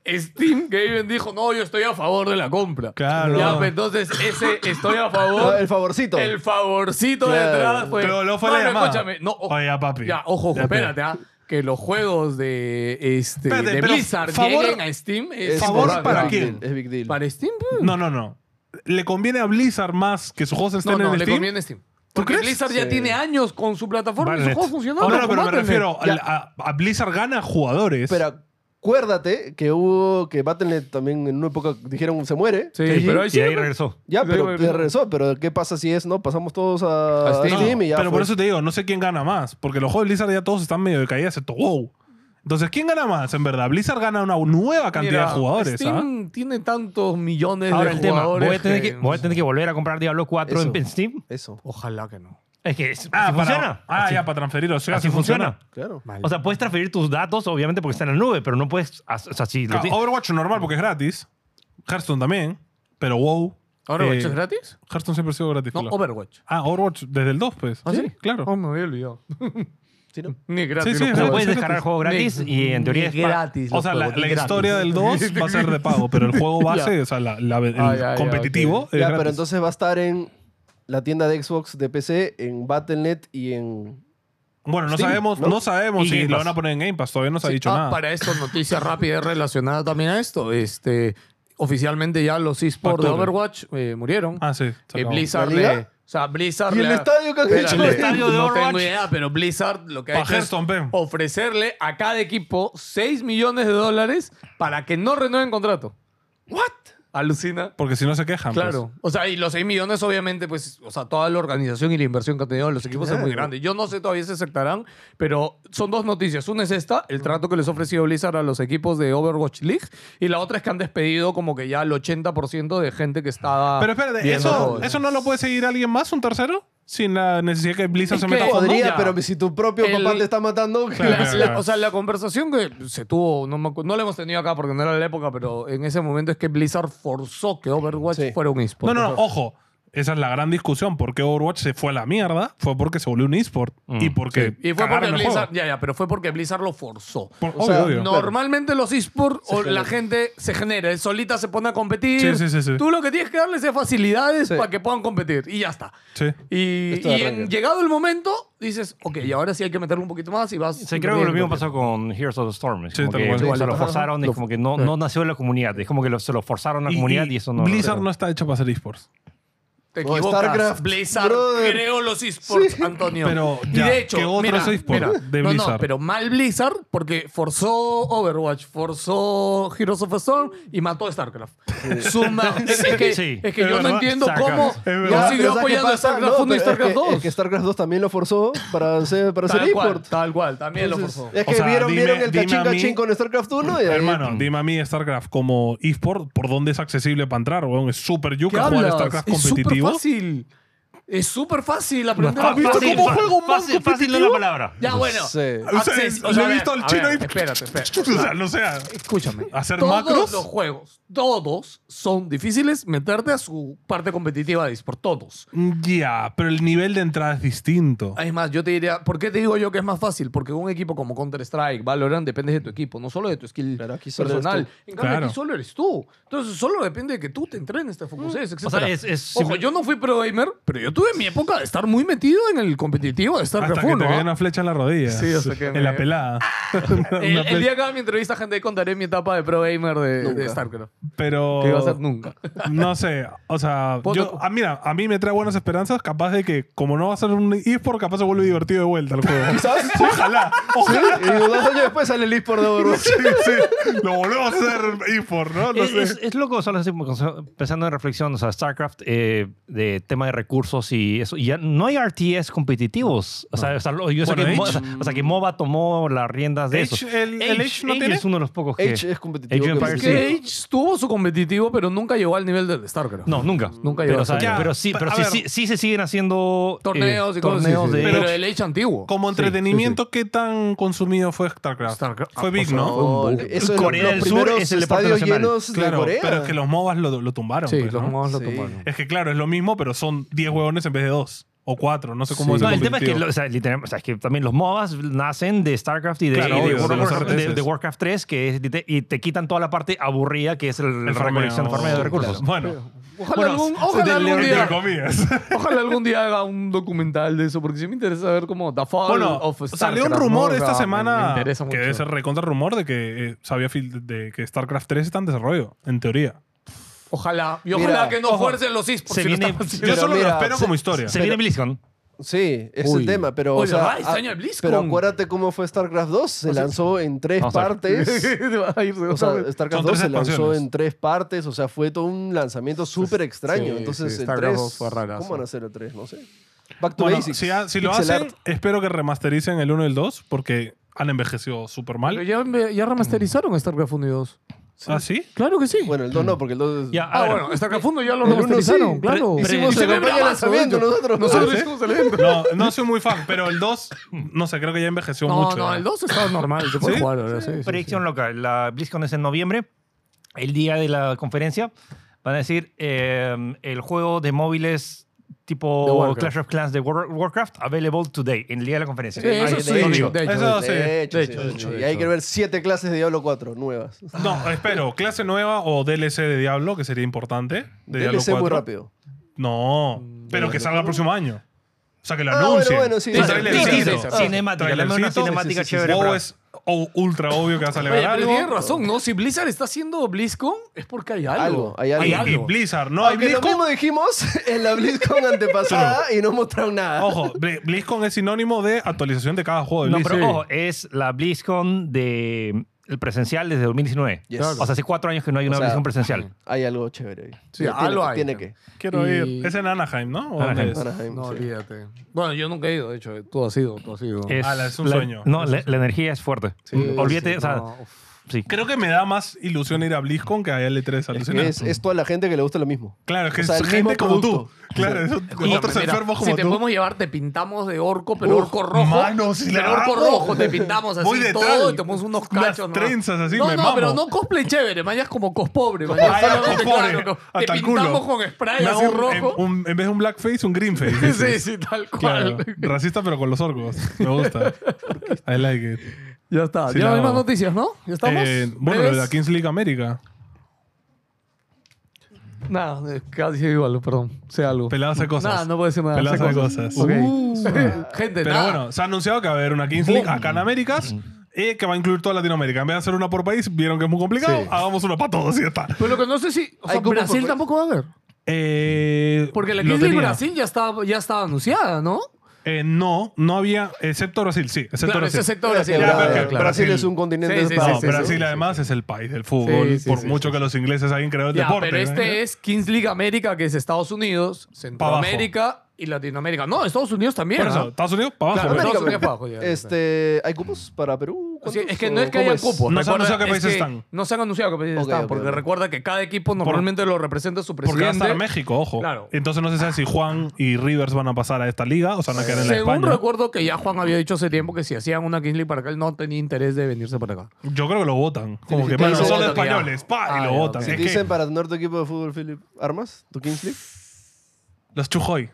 Steam Gaben dijo, no, yo estoy a favor de la compra.
Claro.
Ya, pues, entonces ese estoy a favor.
El favorcito.
El favorcito
Claro.
de entrada fue.
Pero luego fue la
Mano,
llamada.
escúchame. No, ojo.
Oye, ya, papi.
Ya, ojo, ojo,
Ya,
espérate, ¿ah? Que los juegos de, este,
Espérate,
de
pero
Blizzard
favor-
lleguen a Steam. es
Es
¿Favor
big
importante.
para
deal,
quién?
Es big deal.
Para Steam, pues.
No, no, no. ¿Le conviene a Blizzard más que sus juegos
No,
estén
no,
en
le
Steam?
conviene Steam. Porque
crees?
Blizzard ya
Sí.
tiene años con su plataforma y
Vale.
su juego funcionando.
Oh, No, no, pero me
comátenle.
refiero
Ya.
al- a, a Blizzard gana jugadores.
Pero acuérdate que hubo que Battle.net también en una época dijeron se muere.
Sí,
Sí,
pero ahí
y ahí
sí.
regresó.
Ya,
Sí,
pero
bueno.
ya regresó. Pero ¿qué pasa si es, no? Pasamos todos a,
A Steam.
No,
Steam y ya
pero
fue.
por eso te digo, no sé quién gana más. Porque los juegos de Blizzard ya todos están medio de caída, excepto WoW. Entonces, ¿quién gana más? En verdad, Blizzard gana una nueva cantidad
Mira,
de jugadores. ¿ah?
Steam tiene tantos millones
Ahora
de
el tema,
jugadores.
voy a, tener que,
que-
voy a tener que volver a comprar Diablo 4 en,
Eso.
en Steam.
Eso,
Ojalá que no.
Es que es-
Ah, para-
así funciona.
Ah,
Así-
ya, para transferirlo. Sí,
así funciona.
claro.
Mal.
O sea, puedes transferir tus datos, obviamente, porque está en la nube, pero no puedes. hac- O sea, sí, lo
Claro,
ti-
Ah, Overwatch normal porque es gratis. Hearthstone también. Pero WoW.
¿Overwatch
eh,
es gratis?
Hearthstone siempre ha sido gratis.
No,
Fela.
Overwatch.
ah, Overwatch desde el 2, pues.
¿Ah, sí?
Claro.
Oh, me había olvidado.
Sí, ¿no?
Ni
Sí,
gratis.
sí, es
los
o sea,
juegos.
gratis.
puedes descargar el juego gratis
Ni-
y en teoría es
ni
pa-
gratis.
O
los
sea, la,
juegos, ni
la
gratis.
historia del
*laughs*
2 va a ser de pago, pero el juego base,
Ya.
o sea, la- la- el
Ah, ya, ya,
competitivo.
ok.
es
Ya,
gratis.
pero entonces va a estar en la tienda de Xbox, de PC, en Battle.net y en...
bueno, no
Steam,
sabemos,
¿no?
no
Y
sabemos si
Game
lo
Pass.
van a poner en Game Pass, todavía no se ha
Sí,
dicho
ah,
nada.
Para esto, noticia rápida relacionada también a esto. Este, oficialmente ya los esports de
Octubre.
Overwatch eh, murieron.
Ah, sí. se
Eh,
acabó.
Blizzard
¿La liga?
le- o sea, Blizzard
¿Y el
le-
estadio que han
Espérate,
hecho?
el estadio de No tengo
Overwatch.
idea, pero Blizzard lo que
Pa'
ha hecho es
Hearthstone, pe.
ofrecerle a cada equipo 6 millones de dólares para que no renueven contrato. ¿What? Alucina.
Porque si no se quejan. pues.
Claro. O sea, y los 6 millones, obviamente, pues, o sea, toda la organización y la inversión que han tenido los equipos es muy grande. Yo no sé todavía si se aceptarán, pero son dos noticias. Una es esta, el trato que les ha ofrecido Blizzard a los equipos de Overwatch League, y la otra es que han despedido como que ya el 80% de gente que estaba.
Pero espérate,
viendo
¿eso,
todo.
¿eso no lo puede seguir alguien más, un tercero? Sin la necesidad que Blizzard
Es
se
que
meta a fondo.
Podría,
Ya.
pero si tu propio
El-
papá te está matando.
Claro.
La- la- o sea, la conversación que se tuvo, no, me acu- no la hemos tenido acá porque no era la época, pero en ese momento es que Blizzard forzó que Overwatch
Sí.
fuera un eSport.
No, no, no, ojo. Esa es la gran discusión. ¿Por qué Overwatch se fue a la mierda? Fue porque se volvió un eSport. y porque.
Mm, Y fue
cagaron
porque
el juego.
Blizzard, ya, ya, pero fue porque Blizzard lo forzó.
Por-
o sea,
obvio, obvio.
no-
Normalmente los esports
Se
o la
genera.
gente se genera, él solita se pone a competir.
Sí, sí, sí, sí.
Tú lo que tienes que darles es facilidades
Sí.
para que puedan competir y ya está.
Sí.
Y,
Esto de
y en-
arranque.
llegado el momento, dices, ok, y ahora sí hay que meterle un poquito más y vas. pues.
Sí, creo que lo mismo pasó con Heroes of the Storm. Es
Sí,
como
tal
que
cual.
igual
Sí,
lo
ajá.
forzaron, es
Lo-
como que no, no nació en la comunidad. Es como que lo- se lo forzaron a la
Y-
comunidad
y
y, eso no.
Blizzard no está hecho para hacer esports.
Te
O
equivocas.
StarCraft,
Blizzard
brother.
creó los esports,
Sí.
Antonio.
Pero
y
ya,
de hecho,
¿qué otros
mira,
esports
mira,
de
no, no,
Blizzard?
pero mal Blizzard porque forzó Overwatch, forzó Heroes of the Storm y mató a StarCraft.
*laughs*
Suma, es, es que,
Sí.
es que
Es
yo
verdad.
no entiendo
Starcraft.
cómo
Es
no
verdad.
pero
siguió
¿sabes qué
apoyando a
pasa?
StarCraft 1
No,
y
pero es que-
StarCraft 2.
Es que StarCraft 2 también lo forzó para hacer para hacer
Tal cual,
eSport.
tal cual, también lo
Entonces,
forzó.
Es que
O sea,
vieron,
dime-
vieron el
dime a
cachín cachín
mí-
con StarCraft 1 y ahí-
Hermano, dime a mí StarCraft como eSport, ¿por dónde es accesible para entrar? weón? Es súper
¿Qué
yuca jugar a
hablas?
StarCraft
es súper
competitivo.
fácil. Es súper fácil aprender.
¿Has visto
Fácil.
cómo juego más Fácil, fácil no es la palabra.
Ya, bueno.
sé.
O sea,
Access- o
lo
sea,
he
a
visto
ver,
al
a
chino
ver,
y-
Espérate,
*laughs*
espérate.
O sea, no sea.
Escúchame.
¿Hacer
todos
macros?
los juegos, todos son difíciles meterte a su parte competitiva de eSport. Todos.
Ya, pero el nivel de entrada es distinto.
Es más, yo te diría, ¿por qué te digo yo que es más fácil? Porque un equipo como Counter-Strike, Valorant, depende de tu equipo, no solo de tu skill
Claro, aquí solo eres
personal.
tú.
En cambio,
Claro.
aquí solo eres tú. Entonces, solo depende de que tú te entrenes,
Mm.
te focuses, etc.
O sea, es- es
Ojo,
simple-
yo no fui pro gamer, pero yo tuve mi época de estar muy metido en el competitivo de StarCraft
Hasta que
1.
te
¿ah?
cayó una flecha en la rodilla.
Sí, hasta
*laughs*
que
En
me-
la pelada. Una
*laughs* Eh, El, el
flecha.
día que haga mi entrevista, gente, contaré mi etapa de pro gamer de, de
Nunca.
StarCraft.
Pero.
Que iba a ser nunca.
No sé, o sea,
Puedo-
yo, ah, mira, a mí me trae buenas esperanzas, capaz de que como no va a ser un eSport, capaz se vuelve divertido de vuelta el juego.
Quizás. *laughs*
Ojalá, ojalá.
Y dos años después sale el eSport de Overwatch.
*laughs* Sí, sí, lo volvemos a hacer eSport, ¿no? No
Es,
sé.
Eh, es- es loco, solo así, o sea, pensando en reflexión, o sea, StarCraft, eh, de tema de recursos y eso, y ya no hay RTS competitivos. O sea, o sea, lo- yo sé
Bueno,
que, Mo- o
Age-
sea, o sea, que MOBA tomó las riendas de
Age,
eso.
el- el Age no tiene.
es uno de los pocos que...
Age es competitivo.
Age of
que
Empires,
Es
sí.
que Age tuvo su competitivo, pero nunca llegó al nivel del de StarCraft.
No, nunca.
Nunca
pero,
llegó a
o sea,
ser.
Ya,
pero sí,
pe-
pero
a
sí,
ver.
sí, sí se siguen haciendo eh,
Torneos y cosas.
torneos
sí, sí.
de
Pero
Pero-
el Age antiguo.
Como entretenimiento, ¿qué tan consumido fue StarCraft?
StarCraft.
Fue
Ah,
Big,
o sea,
¿no?
No,
Un-
eso es
Corea
los
del Sur
primeros
es el deporte
estadios
nacional.
llenos
Claro,
de Corea.
pero es que los MOBAs lo, lo tumbaron.
Sí,
pues,
los
¿no?
mods lo
Sí.
tomaron.
Es que claro, es lo mismo, pero son 10 huevones en vez de 2 o 4, no sé cómo
Sí.
es
No,
el
el tema es que,
competitivo.
lo- o sea, literal- o sea, es que también los MOBAs nacen de StarCraft y de,
Claro,
y de
obvio,
World
de
of
los
Warcraft- de-
RTS.
de Warcraft 3 que es- y te- y te quitan toda la parte aburrida que es el,
El
la recolección,
farmeo.
farmeo de
Sí,
recursos.
Bueno,
Ojalá
Bueno,
algún, ojalá
de-
algún
entre
día.
comillas.
*laughs* Ojalá algún día haga un documental de eso, porque sí me interesa ver cómo The Fall
Bueno,
of StarCraft.
salió un
¿no?
rumor
O sea,
esta
me- Me
semana
interesa mucho.
que debe ser recontra rumor de que eh, se había fil- de que StarCraft 3 está en desarrollo, en teoría.
Ojalá. Y
Mira,
ojalá que no
ojo,
fuercen los esports.
se
si lo
viene-
están haciendo.
Yo
Pero
solo lo
mira,
espero
se-
como historia.
Se viene BlizzCon.
Sí, es
Uy.
el tema, pero
Uy,
o sea, ah,
¿verdad? Este año de BlizzCon.
pero acuérdate cómo fue StarCraft 2, se lanzó en tres
Vamos a ver.
*laughs*
partes.
Va a irse
O
otra
sea,
vez.
StarCraft
Son
2
tres
se lanzó
expansiones.
en tres partes, o sea, fue todo un lanzamiento súper extraño.
sí,
Entonces,
sí,
el
StarCraft
3,
2 fue rarazo.
¿cómo van a hacer el 3? No sé. Back to
Bueno,
Basics.
si, ha- si lo
pixel
hacen,
art.
espero que remastericen el 1 y el 2 porque han envejecido súper
Pero
mal.
ya, me- ya remasterizaron StarCraft 1 y 2.
¿Ah,
*laughs*
sí?
Claro que sí.
Bueno, el 2 no, porque el 2
Ya, a
ah,
ver,
bueno, StarCraft 1 ya lo
el uno
remasterizaron,
sí.
claro.
Pre-
hicimos
Y se
la
ve
campaña de
bravazo,
lanzamiento
de hecho.
nosotros.
Nosotros
¿sí?
hicimos el evento.
No, no soy muy fan, pero el 2, no sé, creo que ya envejeció
No,
mucho. ¿eh?
no, el 2 estaba normal. Se puede
¿Sí?
jugar ahora, sí. sí,
predicción local. La BlizzCon es en noviembre. El día de la conferencia van a decir eh, el juego de móviles
De
tipo
Warcraft.
Clash of Clans de War- Warcraft available today, en el día de la conferencia.
Sí, eso
de
sí.
hecho.
de hecho,
Eso
de
sí.
De hecho,
De
sí,
hecho,
de
de
hecho.
hecho.
Y hay que ver 7 clases de Diablo 4 nuevas.
No, espero, clase nueva o DLC de Diablo, que sería importante. De Diablo
DLC muy
4.
rápido.
No, pero que salga el próximo año. O sea, que lo
Ah,
anuncie.
bueno, bueno, sí,
Un
sí, sí,
trailercito.
sí, sí, sí, sí.
Cinemática, dame una
Trailercito.
cinemática
Sí, sí, sí,
chévere.
WoW
para-
es o- ultra obvio que va a salir
Oye, pero
algo.
tienes razón, ¿no? Si Blizzard está haciendo BlizzCon, es porque hay algo.
Algo, hay algo.
Y-
Hay
Y
algo.
Blizzard, no hay
Aunque lo
BlizzCon.
mismo dijimos *laughs* en la BlizzCon antepasada y no mostraron
*laughs*
nada.
Ojo, Bli- BlizzCon es sinónimo de actualización de cada juego de
No,
Blizzard.
pero ojo, es la BlizzCon de el presencial desde 2019.
Yes.
Claro.
O sea, hace cuatro años que no hay
O
una
sea,
versión presencial.
Hay algo chévere ahí.
Sí,
Ya tiene,
algo
que-
hay.
Tiene que.
Quiero
Y-
ir. Es en Anaheim, ¿no? ¿O
Anaheim.
dónde es?
Anaheim,
No,
sí.
olvídate. Bueno, yo nunca he ido, de
eh,
hecho. Tú has ido, tú has ido.
Es,
Ala, es un
la-
sueño.
No,
Es
la, la energía es fuerte.
Sí,
Olvídate,
sí,
o sea,
no, uf.
sí.
Creo que me da más ilusión ir a BlizzCon que a L3
Es,
alucinar.
que es, es toda la gente que le gusta lo mismo.
Claro, es que
o sea,
es
el
gente
mismo
como tú.
producto.
Claro, es
Escúchame,
otros
mira,
enfermos
si
como
te
tú.
podemos llevar, te pintamos de orco, pero
Uf,
orco rojo.
mano, si la
pero orco
hago.
rojo, te pintamos así
Voy de
todo
tal.
y te ponemos unos
Unas
cachos. nomás.
trenzas así,
no,
me
no,
mamo.
pero no cosplay chévere, mañas como cospobre. man,
Ah, ya,
solamente,
pobre,
claro, co- te
hasta el culo.
pintamos con spray
Me
así
hago un-
rojo.
En, un- en vez de un blackface, un
*laughs*
greenface.
sí,
dices.
sí, tal cual.
Claro, *laughs* racista pero con los orcos. Me
*laughs*
gusta. I like it.
Ya está.
Sí,
ya
la
no hay más
hago.
noticias, ¿no? ¿Ya estamos?
Eh, bueno, lo
¿Breves?
de la Kings League América.
Nada, eh, casi igual, perdón. Sé algo.
Peladas de cosas.
Nada, no puede ser nada.
Peladas
sé
de
cosas.
cosas.
Ok.
Uh.
Gente,
Pero
nada. Uh. Mm.
bueno, se ha anunciado que va a haber una Kings League acá en Américas eh, que va a incluir toda Latinoamérica. En vez de hacer una por país, vieron que es muy complicado.
Sí.
Hagamos una para todos y ya está.
Pero lo que no sé si. O
Hay
sea,
cupo
Brasil
por-
tampoco va a haber.
Eh,
Porque la
lo
Kings League
tenía.
Brasil ya estaba, ya estaba anunciada, ¿no?
Eh, no, no había, excepto Brasil, sí. Excepto
Claro,
Brasil.
ese sector
Ya,
Brasil.
ya,
Ya,
ya,
pero
ya.
que claro,
Brasil
sí.
es un continente.
Sí,
es
sí,
para-
No,
sí,
Brasil
sí,
además es el país del fútbol,
Sí, sí,
por
sí,
mucho que los ingleses hayan creado el
Ya,
deporte.
pero este
¿eh?
es Kings League América, que es Estados Unidos, Centroamérica y Latinoamérica. No, Estados Unidos también.
Por
¿ah?
eso, Estados Unidos, para abajo. ¿eh? pues.
Claro,
pero-
Estados
América,
Unidos para abajo, ya, ya está.
Este, ¿Hay cupos para Perú?
O sea, es que
¿Cuántos?
no es que
¿O cómo
haya
No
cupos.
se han
recuerda-
anunciado qué
es
países
que
están.
No se han anunciado qué países
Ok,
están,
ok,
porque
ok.
recuerda que cada equipo normalmente lo representa su
Porque va a
presidente.
estar México, ojo.
Claro.
Entonces no se sabe si Juan y Rivers van a pasar a esta liga o se van a quedar en la
Según
España.
recuerdo que ya Juan había dicho hace tiempo que si hacían una Kings League para acá, él no tenía interés de venirse para acá.
Yo creo que lo votan. Como
sí,
que
claro,
mano,
lo
son los
votan, ya.
españoles, pa,
Ah,
y lo
ya,
votan.
ok.
Es
Dicen
que
para tener tu equipo de fútbol, Philip. ¿Armas? ¿Tu Kings League?
los Chujoy.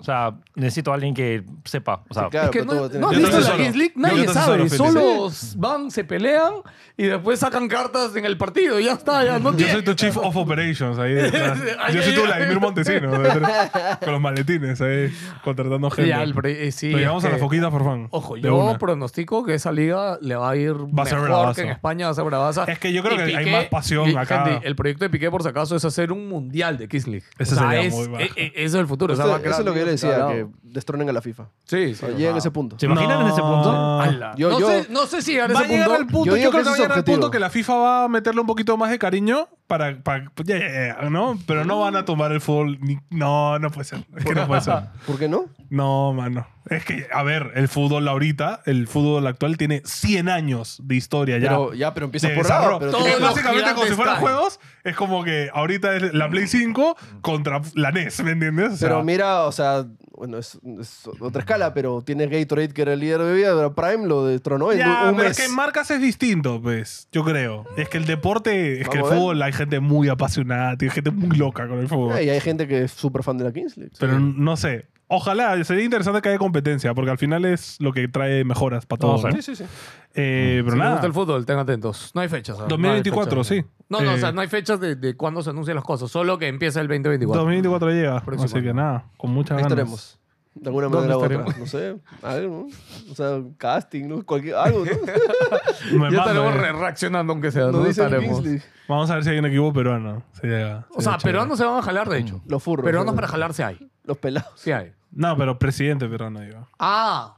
O sea, necesito a alguien que sepa. O sea,
Sí, claro.
es que
pero tú
no,
tienes-
no has
Yo
visto
estoy
la
solo.
Kings League,
Yo
nadie
estoy
sabe.
solo, Felipe.
Solo van, se pelean y después sacan cartas en el partido. Ya está, ya no
Yo
tiene-
soy tu chief of operations
*laughs*
ahí detrás.
Ay,
Yo soy
ay,
tu
ay.
Vladimir Montesino.
*laughs*
Con los maletines ahí, contratando gente.
Ya, el pre- eh, sí,
Lo
es
llevamos a
que-
la foquita, por fan.
Ojo,
de
yo
una.
pronostico que esa liga le va a ir
a ser
mejor
bravaza.
que en España, va a ser bravaza.
Es que yo creo
Y
que hay más pasión
y,
acá.
gente, el proyecto de Piqué, por si acaso, es hacer un mundial de Kiss League.
Ese sería
es,
muy bajo.
eh, eh, eso es el futuro. o sea,
Esto-
va a
eso
quedar
es lo que yo le
bien
decía,
clavado.
que destronen a la FIFA.
Sí, sí.
O sea,
o
Lleguen
sea,
a ese punto.
¿se imaginan en ese punto?
ala.
Yo-
no,
yo-
sé, no sé si llegar
ah,
a
Va
ese
a llegar al
punto.
punto,
Yo
yo, creo
digo que
que va a
ese es
llegar al
objetivo.
punto que la FIFA va a meterle un poquito más de cariño para, para- pues, ya, ya, ya, ¿no? Pero no van a tomar el fútbol. ni- no, no puede ser. Es que no puede
*laughs*
ser.
¿Por qué no?
No, mano. Es que, a ver, el fútbol ahorita, el fútbol actual tiene 100 años de historia ya.
Pero, ya, pero empieza
de
por
desarrollo.
nada. Pero
Todo
Que
todos
tiene-
lo- los
básicamente como si
gigantes
fueran
caen.
juegos, es como que ahorita es la Play 5 contra la NES, ¿me entiendes? O sea,
Pero mira, o sea, bueno, es, es otra escala, pero tienes Gatorade, que era el líder de bebida, pero Prime lo destronó en
Ya,
pues, un
pero
mes.
es que en marcas es distinto, pues, yo creo. Es que el deporte, es que el
Vamos a ver.
fútbol hay gente muy apasionada, tiene gente muy loca con el fútbol.
Ah, Y hay gente que es súper fan de la Kings League.
Pero no sé. Ojalá, sería interesante que haya competencia, porque al final es lo que trae mejoras para todos.
Vamos a ver.
¿no? Eh, pero
Si les
nada.
gusta el fútbol, estén atentos. No hay fechas. ¿ah?
2024,
No hay fechas.
sí.
No, no, o
Eh.
sea, no hay fechas de, de cuándo se anuncian las cosas, solo que empieza el 2024.
2024 llega.
Próximo
así que
año.
nada, con muchas
Ahí
ganas.
estaremos. De alguna
¿Dónde
manera u otra.
estaremos?
No sé. Algo, ¿no? O sea, casting, ¿no?
*laughs*
Cualquier, algo, ¿no?
Me
ya
mando,
estaremos
eh.
re- reaccionando, aunque sea.
Nos
¿no?
dice el
Estaremos.
Kings League.
Vamos a ver si hay un equipo peruano. Sí, llega.
O
Sí,
sea,
chévere.
peruanos se van a jalar, de hecho.
Los furros.
Peruanos
¿no?
para jalarse hay.
Los pelados.
Sí hay.
No, pero presidente peruano, digo.
Ah,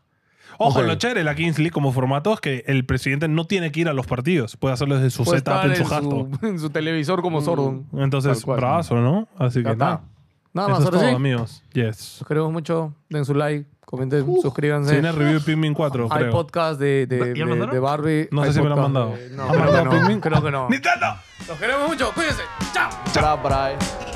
Ojo,
Ok.
lo chévere de la Kings League como formato es que el presidente no tiene que ir a los partidos. Puede hacerlo desde su
puede
setup,
estar
en su jato.
en *laughs* su televisor como sordo.
Entonces,
Tal cual.
bravazo, ¿no? Así
Ya
que
está.
nada.
Nada
Eso
más,
es
ahora
todo,
sí.
amigos. Yes.
Los queremos mucho. Den su like, comenten,
Se
suscríbanse.
viene review de Pikmin 4,
Hay
creo.
podcast de, de,
¿Ya lo
de-
mandaron?
de Barbie.
No sé
Hay
si me lo han
podcast
mandado.
de-
¿Han
No, creo
mandado
que no.
Pikmin?
Creo que no.
¡Nintendo!
Los queremos mucho. Cuídense. Chao.
Bra, bra, eh.